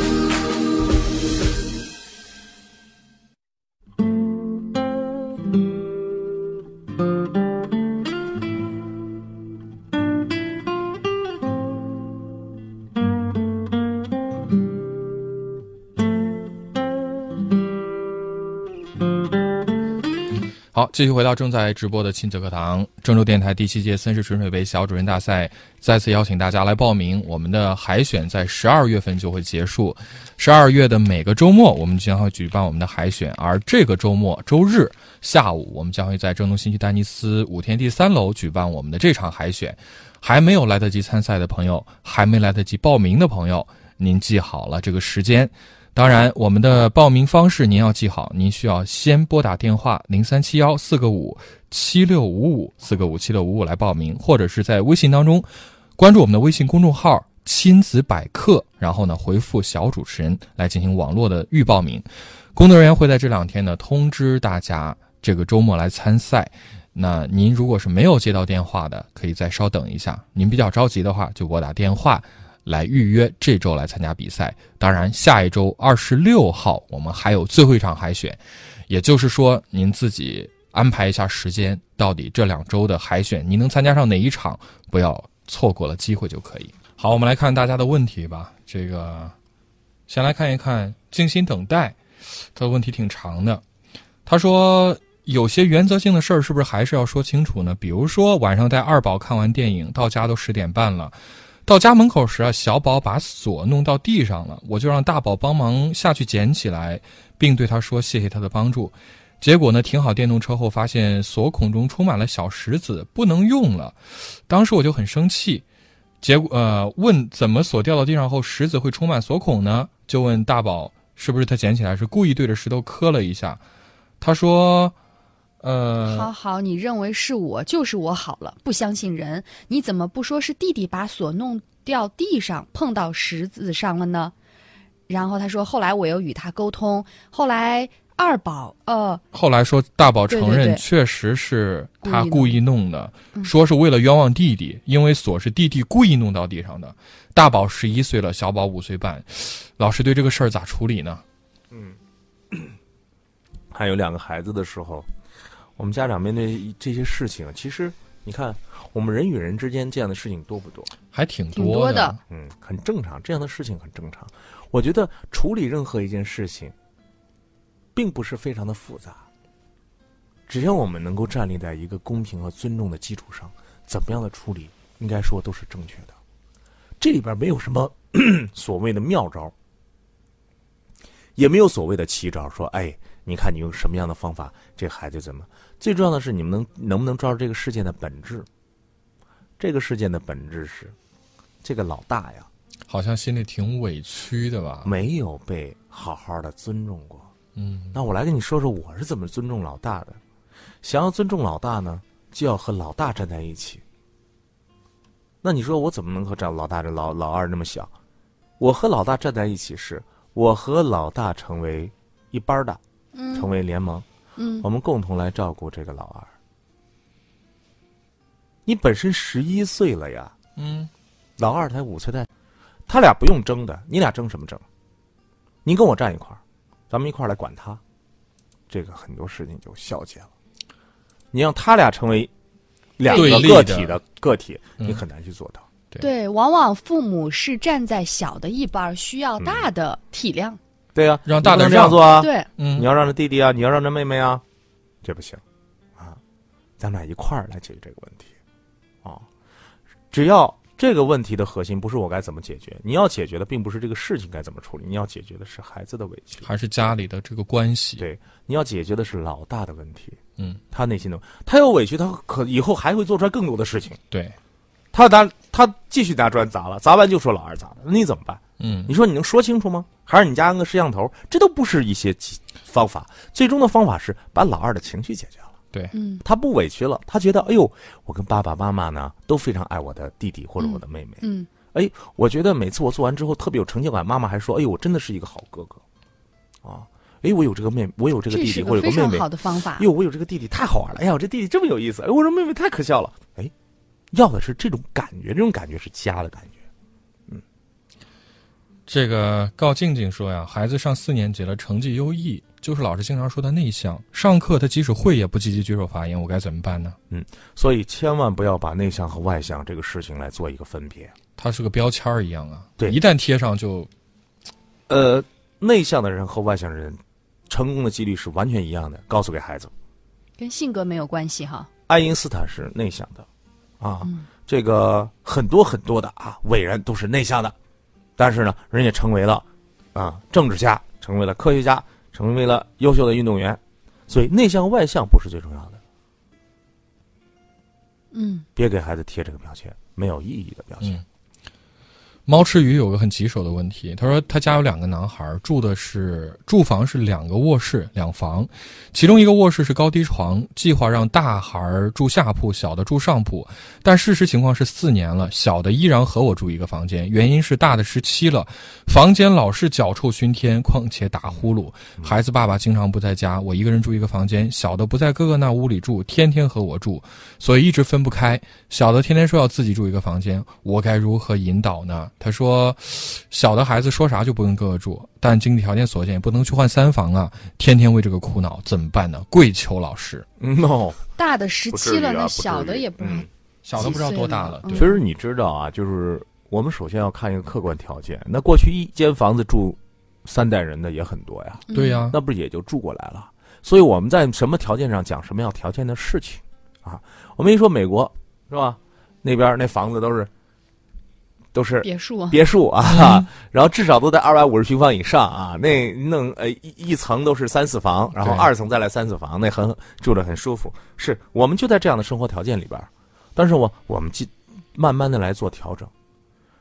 好，继续回到正在直播的亲子课堂，郑州电台第七届森氏纯水杯小主任大赛再次邀请大家来报名。我们的海选在十二月份就会结束，十二月的每个周末我们将会举办我们的海选，而这个周末周日下午，我们将会在郑东新区丹尼斯五天地三楼举办我们的这场海选。还没有来得及参赛的朋友，还没来得及报名的朋友，您记好了这个时间。当然，我们的报名方式您要记好，您需要先拨打电话零三七幺四个五七六五五四个五七六五五来报名，或者是在微信当中关注我们的微信公众号“亲子百科”，然后呢回复“小主持人”来进行网络的预报名。工作人员会在这两天呢通知大家这个周末来参赛。那您如果是没有接到电话的，可以再稍等一下。您比较着急的话，就拨打电话来预约这周来参加比赛。当然，下一周二十六号我们还有最后一场海选，也就是说，您自己安排一下时间，到底这两周的海选您能参加上哪一场，不要错过了机会就可以。好，我们来看大家的问题吧。这个先来看一看，静心等待，他的问题挺长的。他说：“有些原则性的事儿是不是还是要说清楚呢？比如说晚上带二宝看完电影到家都十点半了，到家门口时啊，小宝把锁弄到地上了，我就让大宝帮忙下去捡起来，并对他说谢谢他的帮助。结果呢，停好电动车后发现锁孔中充满了小石子，不能用了。当时我就很生气，结果呃问怎么锁掉到地上后石子会充满锁孔呢？就问大宝是不是他捡起来是故意对着石头磕了一下。他说：“呃，
好好，你认为是我就是我好了，不相信人，你怎么不说是弟弟把锁弄掉地上碰到石子上了呢？然后他说，后来我又与他沟通，后来二宝呃
后来说大宝承
对对
认
对
确实是他
故
故
意嗯
意弄的，说是为了冤枉弟弟，因为锁是弟弟故意弄到地上的。大宝十一岁了，小宝五岁半，老师对这个事儿咋处理呢？
还有两个孩子的时候，我们家长面对这些事情，其实你看，我们人与人之间这样的事情多不多？
还挺
挺多
多
的，
嗯，很正常，这样的事情很正常。我觉得处理任何一件事情，并不是非常的复杂，只要我们能够站立在一个公平和尊重的基础上，怎么样的处理，应该说都是正确的。这里边没有什么 所谓的妙招，也没有所谓的奇招，说哎，你看你用什么样的方法，这孩子怎么？最重要的是你们能能不能抓住这个事件的本质？这个事件的本质是，这个老大呀，
好像心里挺委屈的吧？
没有被好好的尊重过。
嗯，
那我来跟你说说我是怎么尊重老大的。想要尊重老大呢，就要和老大站在一起。那你说我怎么能和这老大这老老二那么小？我和老大站在一起是，我和老大成为一班儿的，成为联盟，
嗯
我们共同来照顾这个老二。你本身十一岁了呀，
嗯，
老二才五岁大，他俩不用争的，你俩争什么争？您跟我站一块儿，咱们一块儿来管他，这个很多事情就消解了。你让他俩成为两
对
个
立
个
的
体的个体，你
嗯
很难去做到。
对，往往父母是站在小的一半儿，需要大的体谅。
对呀、
让大
你
的
不能这样
让
做嗯啊，
对，
嗯
你要让这弟弟啊，你要让这妹妹啊，这不行啊，咱们俩一块儿来解决这个问题啊。只要这个问题的核心不是我该怎么解决，你要解决的并不是这个事情该怎么处理，你要解决的是孩子的委屈。
还是家里的这个关系，
对你要解决的是老大的问题，
嗯，
他内心的，他有委屈，他可以后还会做出来更多的事情。
对，
他拿他继续拿砖砸了，砸完就说老二砸的，那你怎么办？
嗯
你说你能说清楚吗？还是你家安个摄像头？这都不是一些技方法，最终的方法是把老二的情绪解决了。
对，
嗯，
他不委屈了，他觉得哎呦，我跟爸爸妈妈呢都非常爱我的弟弟或者我的妹妹。
嗯
哎，我觉得每次我做完之后特别有成就感，妈妈还说哎呦，我真的是一个好哥哥，啊，哎，我有这个妹，我有这个
这
弟
是
弟
个
或者
非
有妹
常
妹，
好的方法。
哟，哎我有这个弟弟太好玩了！哎呀，我这弟弟这么有意思！哎，我这妹妹太可笑了！哎，要的是这种感觉，这种感觉是家的感觉。
这个告静静说呀，孩子上四年级了，成绩优异，就是老师经常说他内向，上课他即使会也不积极举手发言，我该怎么办呢？
所以千万不要把内向和外向这个事情来做一个分别。
他是个标签儿一样啊，
对
一旦贴上就
呃，内向的人和外向的人，成功的几率是完全一样的。告诉给孩子，
跟性格没有关系哈。
爱因斯坦是内向的，啊，这个很多很多的啊伟人都是内向的，但是呢，人也成为了啊政治家，成为了科学家，成为了优秀的运动员，所以内向外向不是最重要的。
嗯，
别给孩子贴这个标签，没有意义的标签。
嗯猫吃鱼有个很棘手的问题，他说他家有两个男孩，住的是住房是两个卧室两房，其中一个卧室是高低床，计划让大孩儿住下铺，小的住上铺，但事实情况是四年了，小的依然和我住一个房间，原因是大的十七了，房间老是脚臭熏天，况且打呼噜，孩子爸爸经常不在家，我一个人住一个房间，小的不在哥哥那屋里住，天天和我住，所以一直分不开，小的天天说要自己住一个房间，我该如何引导呢？他说，小的孩子说啥就不跟哥哥住，但经济条件所限，也不能去换三房啊，天天为这个苦恼，怎么办呢？跪求老师。
嗯 no，
大的十
不至
七
于
了，
啊
那
不至
小的
于
也不
嗯
小的不知道多大了，
几
对
其实你知道啊，就是我们首先要看一个客观条件。那过去一间房子住三代人的也很多呀，
嗯对呀、
嗯
那不是也就住过来了？所以我们在什么条件上讲什么样条件的事情啊？我们一说美国是吧？那边那房子都是都是
别墅啊，
别墅啊，然后至少都在二百五十平方以上啊，那弄呃一一层都是三四房，然后
对
二层再来三四房，那很住的很舒服。是我们就在这样的生活条件里边儿，但是我我们去慢慢的来做调整。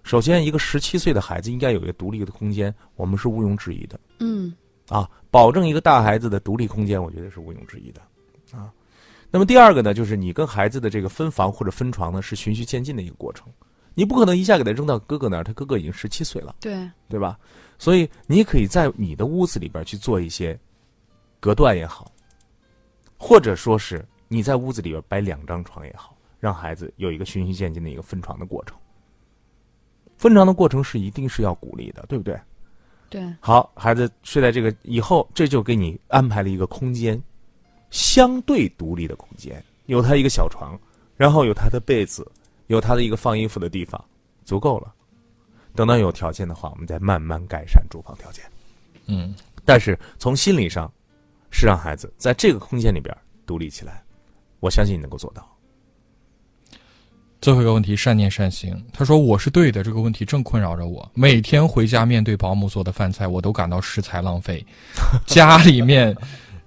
首先，一个十七岁的孩子应该有一个独立的空间，我们是毋庸置疑的。
嗯
啊，保证一个大孩子的独立空间，我觉得是毋庸置疑的啊。那么第二个呢，就是你跟孩子的这个分房或者分床呢，是循序渐进的一个过程。你不可能一下给他扔到哥哥那儿，他哥哥已经十七岁了，
对，
对吧？所以你可以在你的屋子里边去做一些隔断也好，或者说是你在屋子里边摆两张床也好，让孩子有一个循序渐进的一个分床的过程。分床的过程是一定是要鼓励的，对不对？
对，
好，孩子睡在这个以后，这就给你安排了一个空间，相对独立的空间，有他一个小床，然后有他的被子，有他的一个放衣服的地方，足够了。等到有条件的话，我们再慢慢改善住房条件。
嗯，
但是从心理上，是让孩子在这个空间里边独立起来，我相信你能够做到。
最后一个问题，善念善行。他说：“我是对的，这个问题正困扰着我。每天回家面对保姆做的饭菜，我都感到食材浪费。 家里面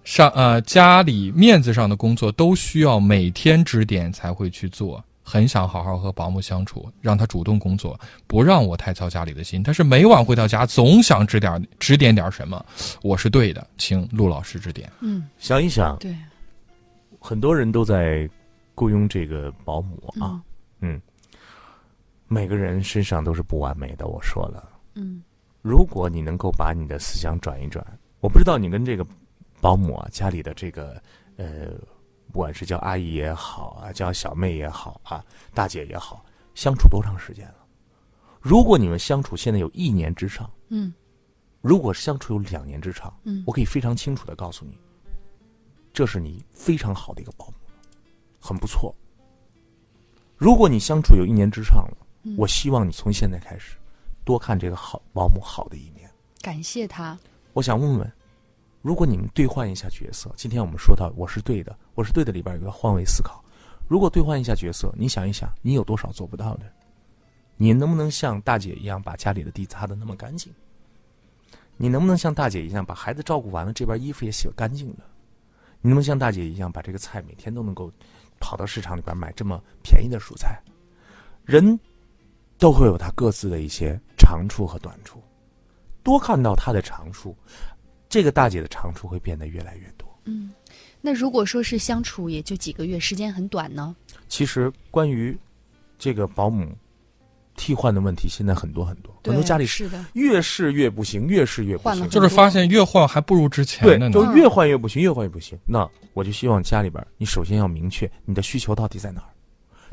上呃，家里面子上的工作都需要每天指点才会去做。很想好好和保姆相处，让她主动工作，不让我太操家里的心。但是每晚回到家，总想指点指点点什么。我是对的，请陆老师指点。
嗯
想一想，
对，
很多人都在雇佣这个保姆啊，
嗯
每个人身上都是不完美的。我说了。
嗯
如果你能够把你的思想转一转，我不知道你跟这个保姆啊，家里的这个呃，不管是叫阿姨也好啊，叫小妹也好啊，大姐也好，相处多长时间了？如果你们相处现在有一年之上，
嗯
如果相处有两年之长，
嗯
我可以非常清楚的告诉你，这是你非常好的一个保姆，很不错。如果你相处有一年之上了，
嗯
我希望你从现在开始多看这个好保姆好的一面。
感谢他，
我想问问，如果你们兑换一下角色，今天我们说到我是对的，我是对的里边有个换位思考。如果兑换一下角色，你想一想，你有多少做不到的？你能不能像大姐一样把家里的地擦的那么干净？你能不能像大姐一样把孩子照顾完了，这边衣服也洗干净了？你能不能像大姐一样把这个菜每天都能够跑到市场里边买这么便宜的蔬菜？人都会有他各自的一些长处和短处，多看到他的长处，这个大姐的长处会变得越来越多。
嗯。那如果说是相处也就几个月，时间很短呢？
其实关于这个保姆替换的问题，现在很多很多，
对
很多家里
是的，
越是越不行，越是越不
换了
行，
就是发现越换还不如之前
对
的，呢
就。越换越不行，越换越不行。那我就希望家里边儿，你首先要明确你的需求到底在哪儿。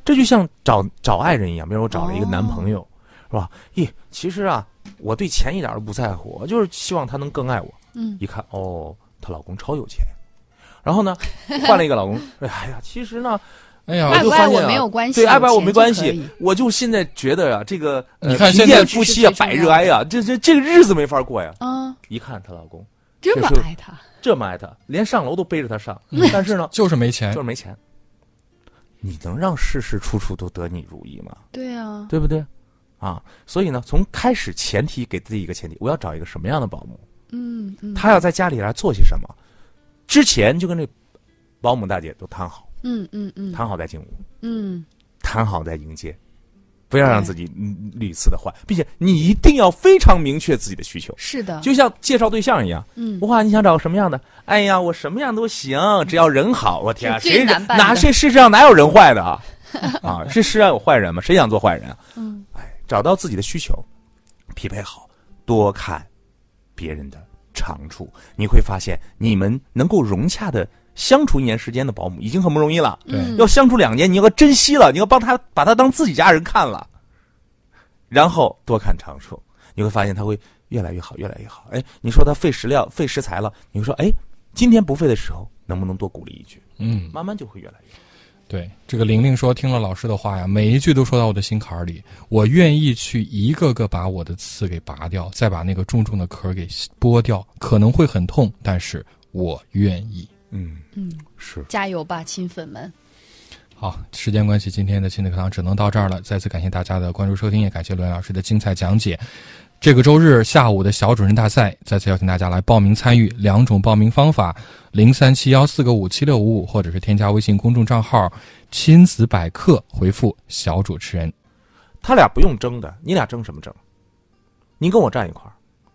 这就像找找爱人一样，比如我找了一个男朋
哦
友，是吧？咦，其实啊，我对钱一点儿都不在乎，我就是希望他能更爱我。
嗯
一看哦，她老公超有钱。然后呢，换了一个老公， 哎呀，其实呢，
哎呀，
我
爱
就
不
发
爱
现
我
啊
没有关系，
对，爱不爱我
钱
没
就
关
可
系
以，
我就现在觉得啊，这个呃
你看
贫
现在
贱夫妻啊，百日哀啊，这这这个日子没法过呀。
啊，
一看她老公
这么
就是
爱他，
这么爱她，连上楼都背着她上，但 是呢，
就是没钱
就，是没钱。你能让事事处处都得你如意吗？
对啊，
对不对？啊，所以呢，从开始前提给自己一个前提，我要找一个什么样的保姆？
嗯嗯，
她要在家里来做些什么？之前就跟这保姆大姐都谈好，
嗯嗯嗯
谈好再进屋，
嗯
谈好再迎接，不要让自己嗯屡次的换，并且你一定要非常明确自己的需求，
是的，
就像介绍对象一样。
嗯
哇，你想找个什么样的？哎呀，我什么样都行，只要人好。我天啊，
这
谁
最难办的
哪谁世上哪有人坏的 啊？啊，这世上有坏人吗？谁想做坏人啊？
嗯
找到自己的需求，匹配好，多看别人的长处，你会发现你们能够融洽的相处一年时间的保姆已经很不容易了。
对
嗯
要相处两年，你要珍惜了，你要帮他把他当自己家人看了，然后多看长处，你会发现他会越来越好，越来越好。哎，你说他费食料、费食材了，你会说，哎，今天不费的时候，能不能多鼓励一句？
嗯。
慢慢就会越来越好。
对，这个玲玲说，听了老师的话呀，每一句都说到我的心坎儿里。我愿意去一个个把我的刺给拔掉，再把那个重重的壳给剥掉，可能会很痛，但是我愿意。
嗯，
嗯，
是，
加油吧，亲粉们！
好，时间关系，今天的亲子课堂只能到这儿了。再次感谢大家的关注收听，也感谢罗源老师的精彩讲解。这个周日下午的小主任大赛，再次邀请大家来报名参与。两种报名方法：零三七幺四个五七六五五，或者是添加微信公众账号“亲子百科”，回复“小主持人
他俩不用争的，你俩争什么争？您跟我站一块儿，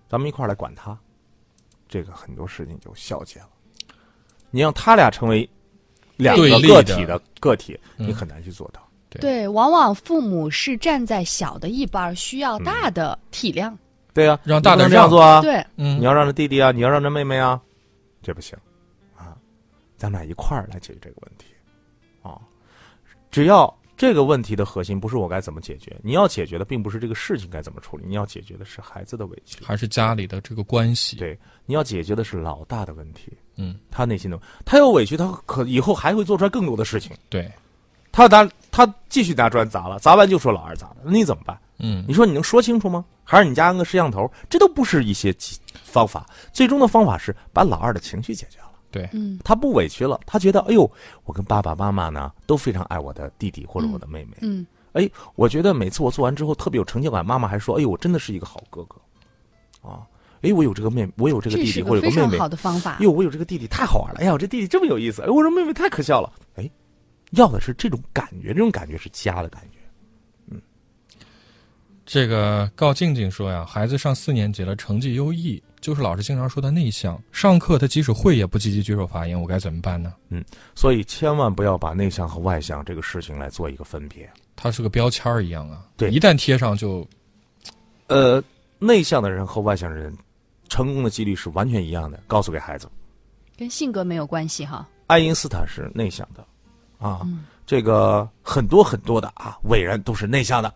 咱们一块儿来管他，这个很多事情就消解了。你让他俩成为两
对
个
立
个
的
体的个体，
嗯
你很难去做到。
对
对，往往父母是站在小的一半儿，需要大的体谅。
对啊，
让大
你不能
点儿
这样
让
做啊，
对，”。
嗯，
你要让这弟弟啊，你要让这妹妹啊，这不行啊，咱们俩一块儿来解决这个问题啊。只要这个问题的核心不是我该怎么解决，你要解决的并不是这个事情该怎么处理，你要解决的是孩子的委屈，
还是家里的这个关系。
对你要解决的是老大的问题，
嗯，
他内心的，他有委屈，他可以后还会做出来更多的事情，
对，
他拿他继续拿砖砸了，砸完就说老二砸的，那你怎么办？
嗯
你，说你能说清楚吗？还是你家安个摄像头？这都不是一些技方法，最终的方法是把老二的情绪解决了。
嗯
他不委屈了，他觉得，哎呦，我跟爸爸妈妈呢都非常爱我的弟弟或者我的妹妹。哎
嗯，
我觉得每次我做完之后特别有成就感，妈妈还说，哎呦，我真的是一个好哥哥，啊，哎，我有这个妹，我有这个
这
弟
是
弟或者
非
有个
常
妹妹
好，的方法
哎。呦，我有这个弟弟太好玩了，哎呀，我这弟弟这么有意思，哎，我这妹妹太可笑了，哎，要的是这种感觉，这种感觉是家的感觉。
这个告静静说呀，孩子上四年级了，成绩优异，就是老师经常说他内向，上课他即使会也不积极举手发言，我该怎么办呢？
所以千万不要把内向和外向这个事情来做一个分别。
他是个标签儿一样啊，
对
一旦贴上就
呃，内向的人和外向的人，成功的几率是完全一样的。告诉给孩子，
跟性格没有关系哈。
爱因斯坦是内向的，啊，
嗯
这个很多很多的啊伟人都是内向的，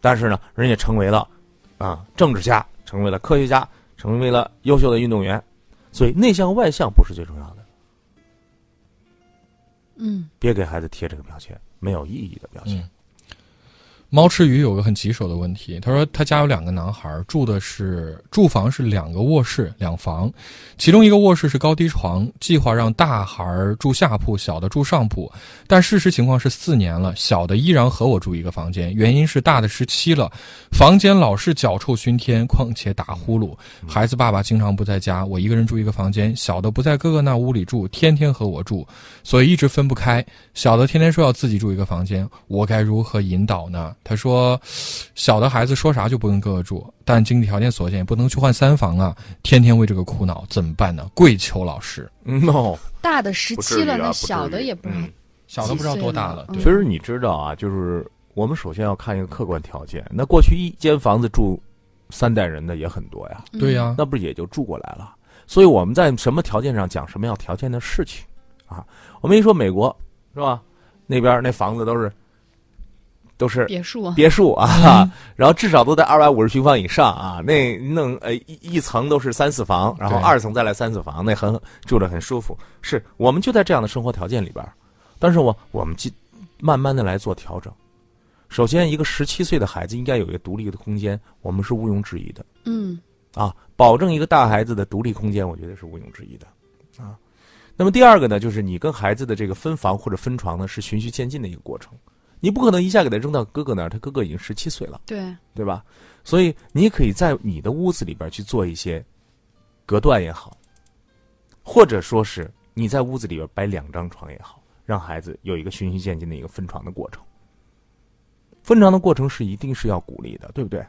但是呢，人也成为了啊政治家，成为了科学家，成为了优秀的运动员。所以内向外向不是最重要的，
嗯，
别给孩子贴这个标签，没有意义的标签。
嗯猫吃鱼有个很棘手的问题，他说他家有两个男孩儿，住的是住房是两个卧室两房，其中一个卧室是高低床，计划让大孩儿住下铺，小的住上铺，但事实情况是四年了，小的依然和我住一个房间，原因是大的十七了，房间老是脚臭熏天，况且打呼噜，孩子爸爸经常不在家，我一个人住一个房间，小的不在哥哥那屋里住，天天和我住，所以一直分不开。小的天天说要自己住一个房间，我该如何引导呢？他说，小的孩子说啥就不跟哥哥住，但经济条件所限，也不能去换三房啊，天天为这个苦恼，怎么办呢？跪求老师。
no，
大的十
不至
七
于
了，
啊
那
不至
小的
于
也不知道
嗯
小的不知道多大了，
几岁了
对
其实你知道啊，就是我们首先要看一个客观条件。那过去一间房子住三代人的也很多嗯呀，
对呀、
那不是也就住过来了？所以我们在什么条件上讲什么样条件的事情啊？我们一说美国是吧？那边那房子都是都是
别墅啊，
别墅啊，然后至少都在二百五十平方以上啊。那弄呃一一层都是三四房，然后
对
二层再来三四房，那很住着很舒服。是我们就在这样的生活条件里边儿，但是我我们尽慢慢的来做调整。首先，一个十七岁的孩子应该有一个独立的空间，我们是毋庸置疑的
嗯
啊。保证一个大孩子的独立空间，我觉得是毋庸置疑的啊。那么第二个呢，就是你跟孩子的这个分房或者分床呢，是循序渐进的一个过程。你不可能一下给他扔到哥哥那儿，他哥哥已经十七岁了。
对，
对吧？所以你可以在你的屋子里边去做一些隔断也好，或者说是你在屋子里边摆两张床也好，让孩子有一个循序渐进的一个分床的过程。分床的过程是一定是要鼓励的，对不对？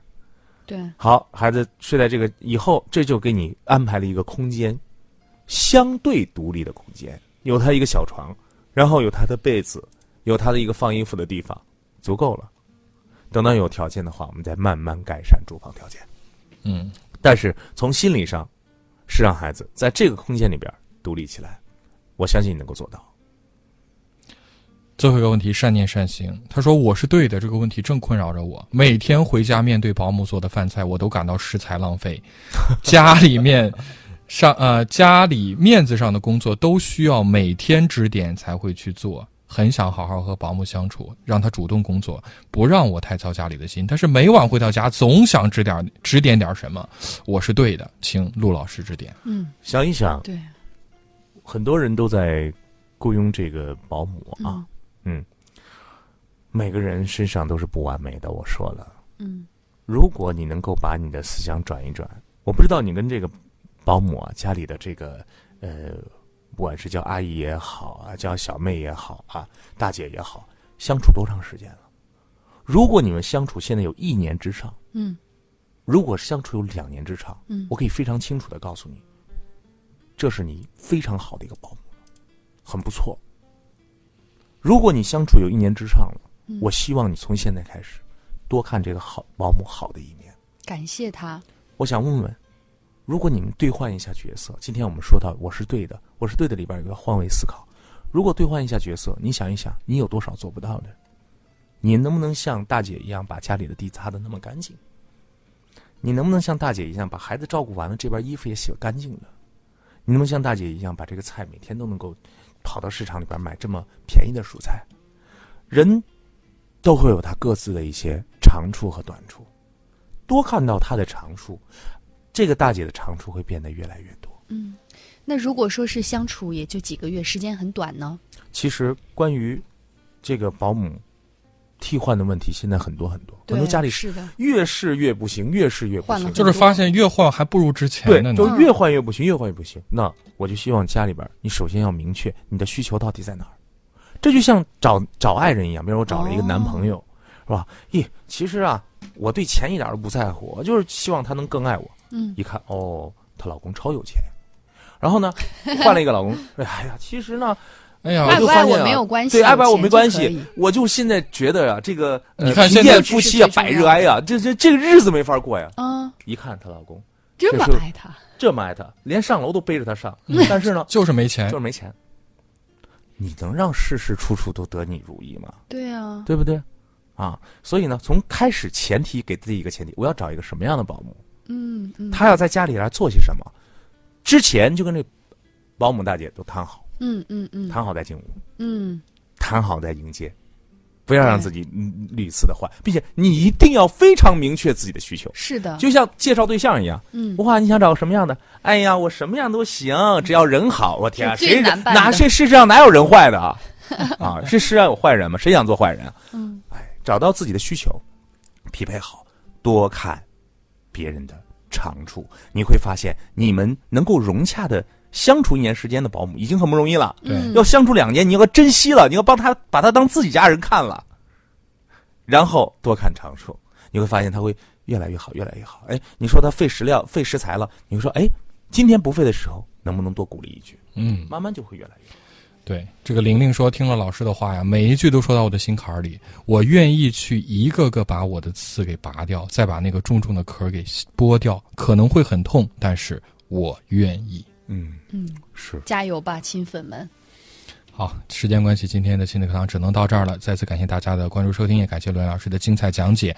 对，
好，孩子睡在这个以后，这就给你安排了一个空间，相对独立的空间，有他一个小床，然后有他的被子，有他的一个放衣服的地方，足够了。等到有条件的话，我们再慢慢改善住房条件。
嗯，
但是从心理上，是让孩子在这个空间里边独立起来，我相信你能够做到。
最后一个问题，善念善行。他说：“我是对的，这个问题正困扰着我。每天回家面对保姆做的饭菜，我都感到食材浪费。家里面上呃，家里面子上的工作都需要每天指点才会去做。很想好好和保姆相处，让她主动工作，不让我太操家里的心。但是每晚回到家，总想指点指点点什么。我是对的，请陆老师指点。
嗯
想一想，
对，
很多人都在雇佣这个保姆啊，嗯每个人身上都是不完美的。我说了，
嗯
如果你能够把你的思想转一转，我不知道你跟这个保姆啊，家里的这个呃，不管是叫阿姨也好啊，叫小妹也好啊，大姐也好，相处多长时间了？如果你们相处现在有一年之上，
嗯
如果相处有两年之长，
嗯
我可以非常清楚的告诉你，这是你非常好的一个保姆，很不错。如果你相处有一年之上了，
嗯
我希望你从现在开始多看这个好保姆好的一面。
感谢他，
我想问问，如果你们兑换一下角色，今天我们说到我是对的，我是对的里边有个换位思考。如果兑换一下角色，你想一想，你有多少做不到的？你能不能像大姐一样把家里的地擦的那么干净？你能不能像大姐一样把孩子照顾完了，这边衣服也洗得干净了？你能不能像大姐一样把这个菜每天都能够跑到市场里边买这么便宜的蔬菜？人都会有他各自的一些长处和短处，多看到他的长处，这个大姐的长处会变得越来越多。
嗯。那如果说是相处也就几个月，时间很短呢？
其实关于这个保姆替换的问题，现在很多很多，很多
对
家里
是的，
越试越不行，越试越不
换了
行，
就是发现越换还不如之前
对
的，
就
呢。
越换越不行，越换越不行。那我就希望家里边儿，你首先要明确你的需求到底在哪儿。这就像找找爱人一样，比如我找了一个男朋友，
哦
是吧？咦，其实啊，我对钱一点儿都不在乎，我就是希望他能更爱我。
嗯
一看哦，她老公超有钱。然后呢，换了一个老公，哎呀，其实呢，
哎呀，
我
爱
就
不
发现
爱我
啊
没有关系
对，
有
爱不爱我
钱
没
就
关
可以
系。我就现在觉得啊，这个呃
你看
贫
现在
贱
这
夫
是
妻
最
啊，百
重要
日
的
哀呀，这这这个日子没法过呀。
啊，
一看她老公
这么
这是
爱他，
这么爱她，连上楼都背着她上，
嗯
但是 呢，
就是没钱
就是。没钱。哎你能让事事处处都得你如意吗？
对啊，
对不对？啊，所以呢，从开始前提给自己一个前提，我要找一个什么样的保姆？
嗯嗯，
她要在家里来做些什么？之前就跟这保姆大姐都谈好，
嗯嗯嗯
谈好再进屋，
嗯，
谈好再迎接，不要让自己嗯屡次的换，并且你一定要非常明确自己的需求，
是的，
就像介绍对象一样。
啊嗯
哇，你想找个什么样的？哎呀，我什么样都行，只要人好。我天、啊，
这
谁
最难办的
哪谁世上哪有人坏的 啊？啊，这世上有坏人吗？谁想做坏人啊？
嗯
哎，找到自己的需求，匹配好，多看别人的长处，你会发现你们能够融洽的相处一年时间的保姆已经很不容易了。
对
嗯
要相处两年，你要珍惜了，你要帮他把他当自己家人看了，然后多看长处，你会发现他会越来越好，越来越好。哎，你说他费时料、费食材了，你会说，哎，今天不费的时候，能不能多鼓励一句？
嗯，
慢慢就会越来越好。
对，这个玲玲说听了老师的话呀，每一句都说到我的心坎儿里。我愿意去一个个把我的刺给拔掉，再把那个重重的壳给剥掉，可能会很痛，但是我愿意。
嗯，
嗯，
是。
加油吧，亲粉们，
好，时间关系，今天的心理课堂只能到这儿了。再次感谢大家的关注收听，也感谢罗源老师的精彩讲解。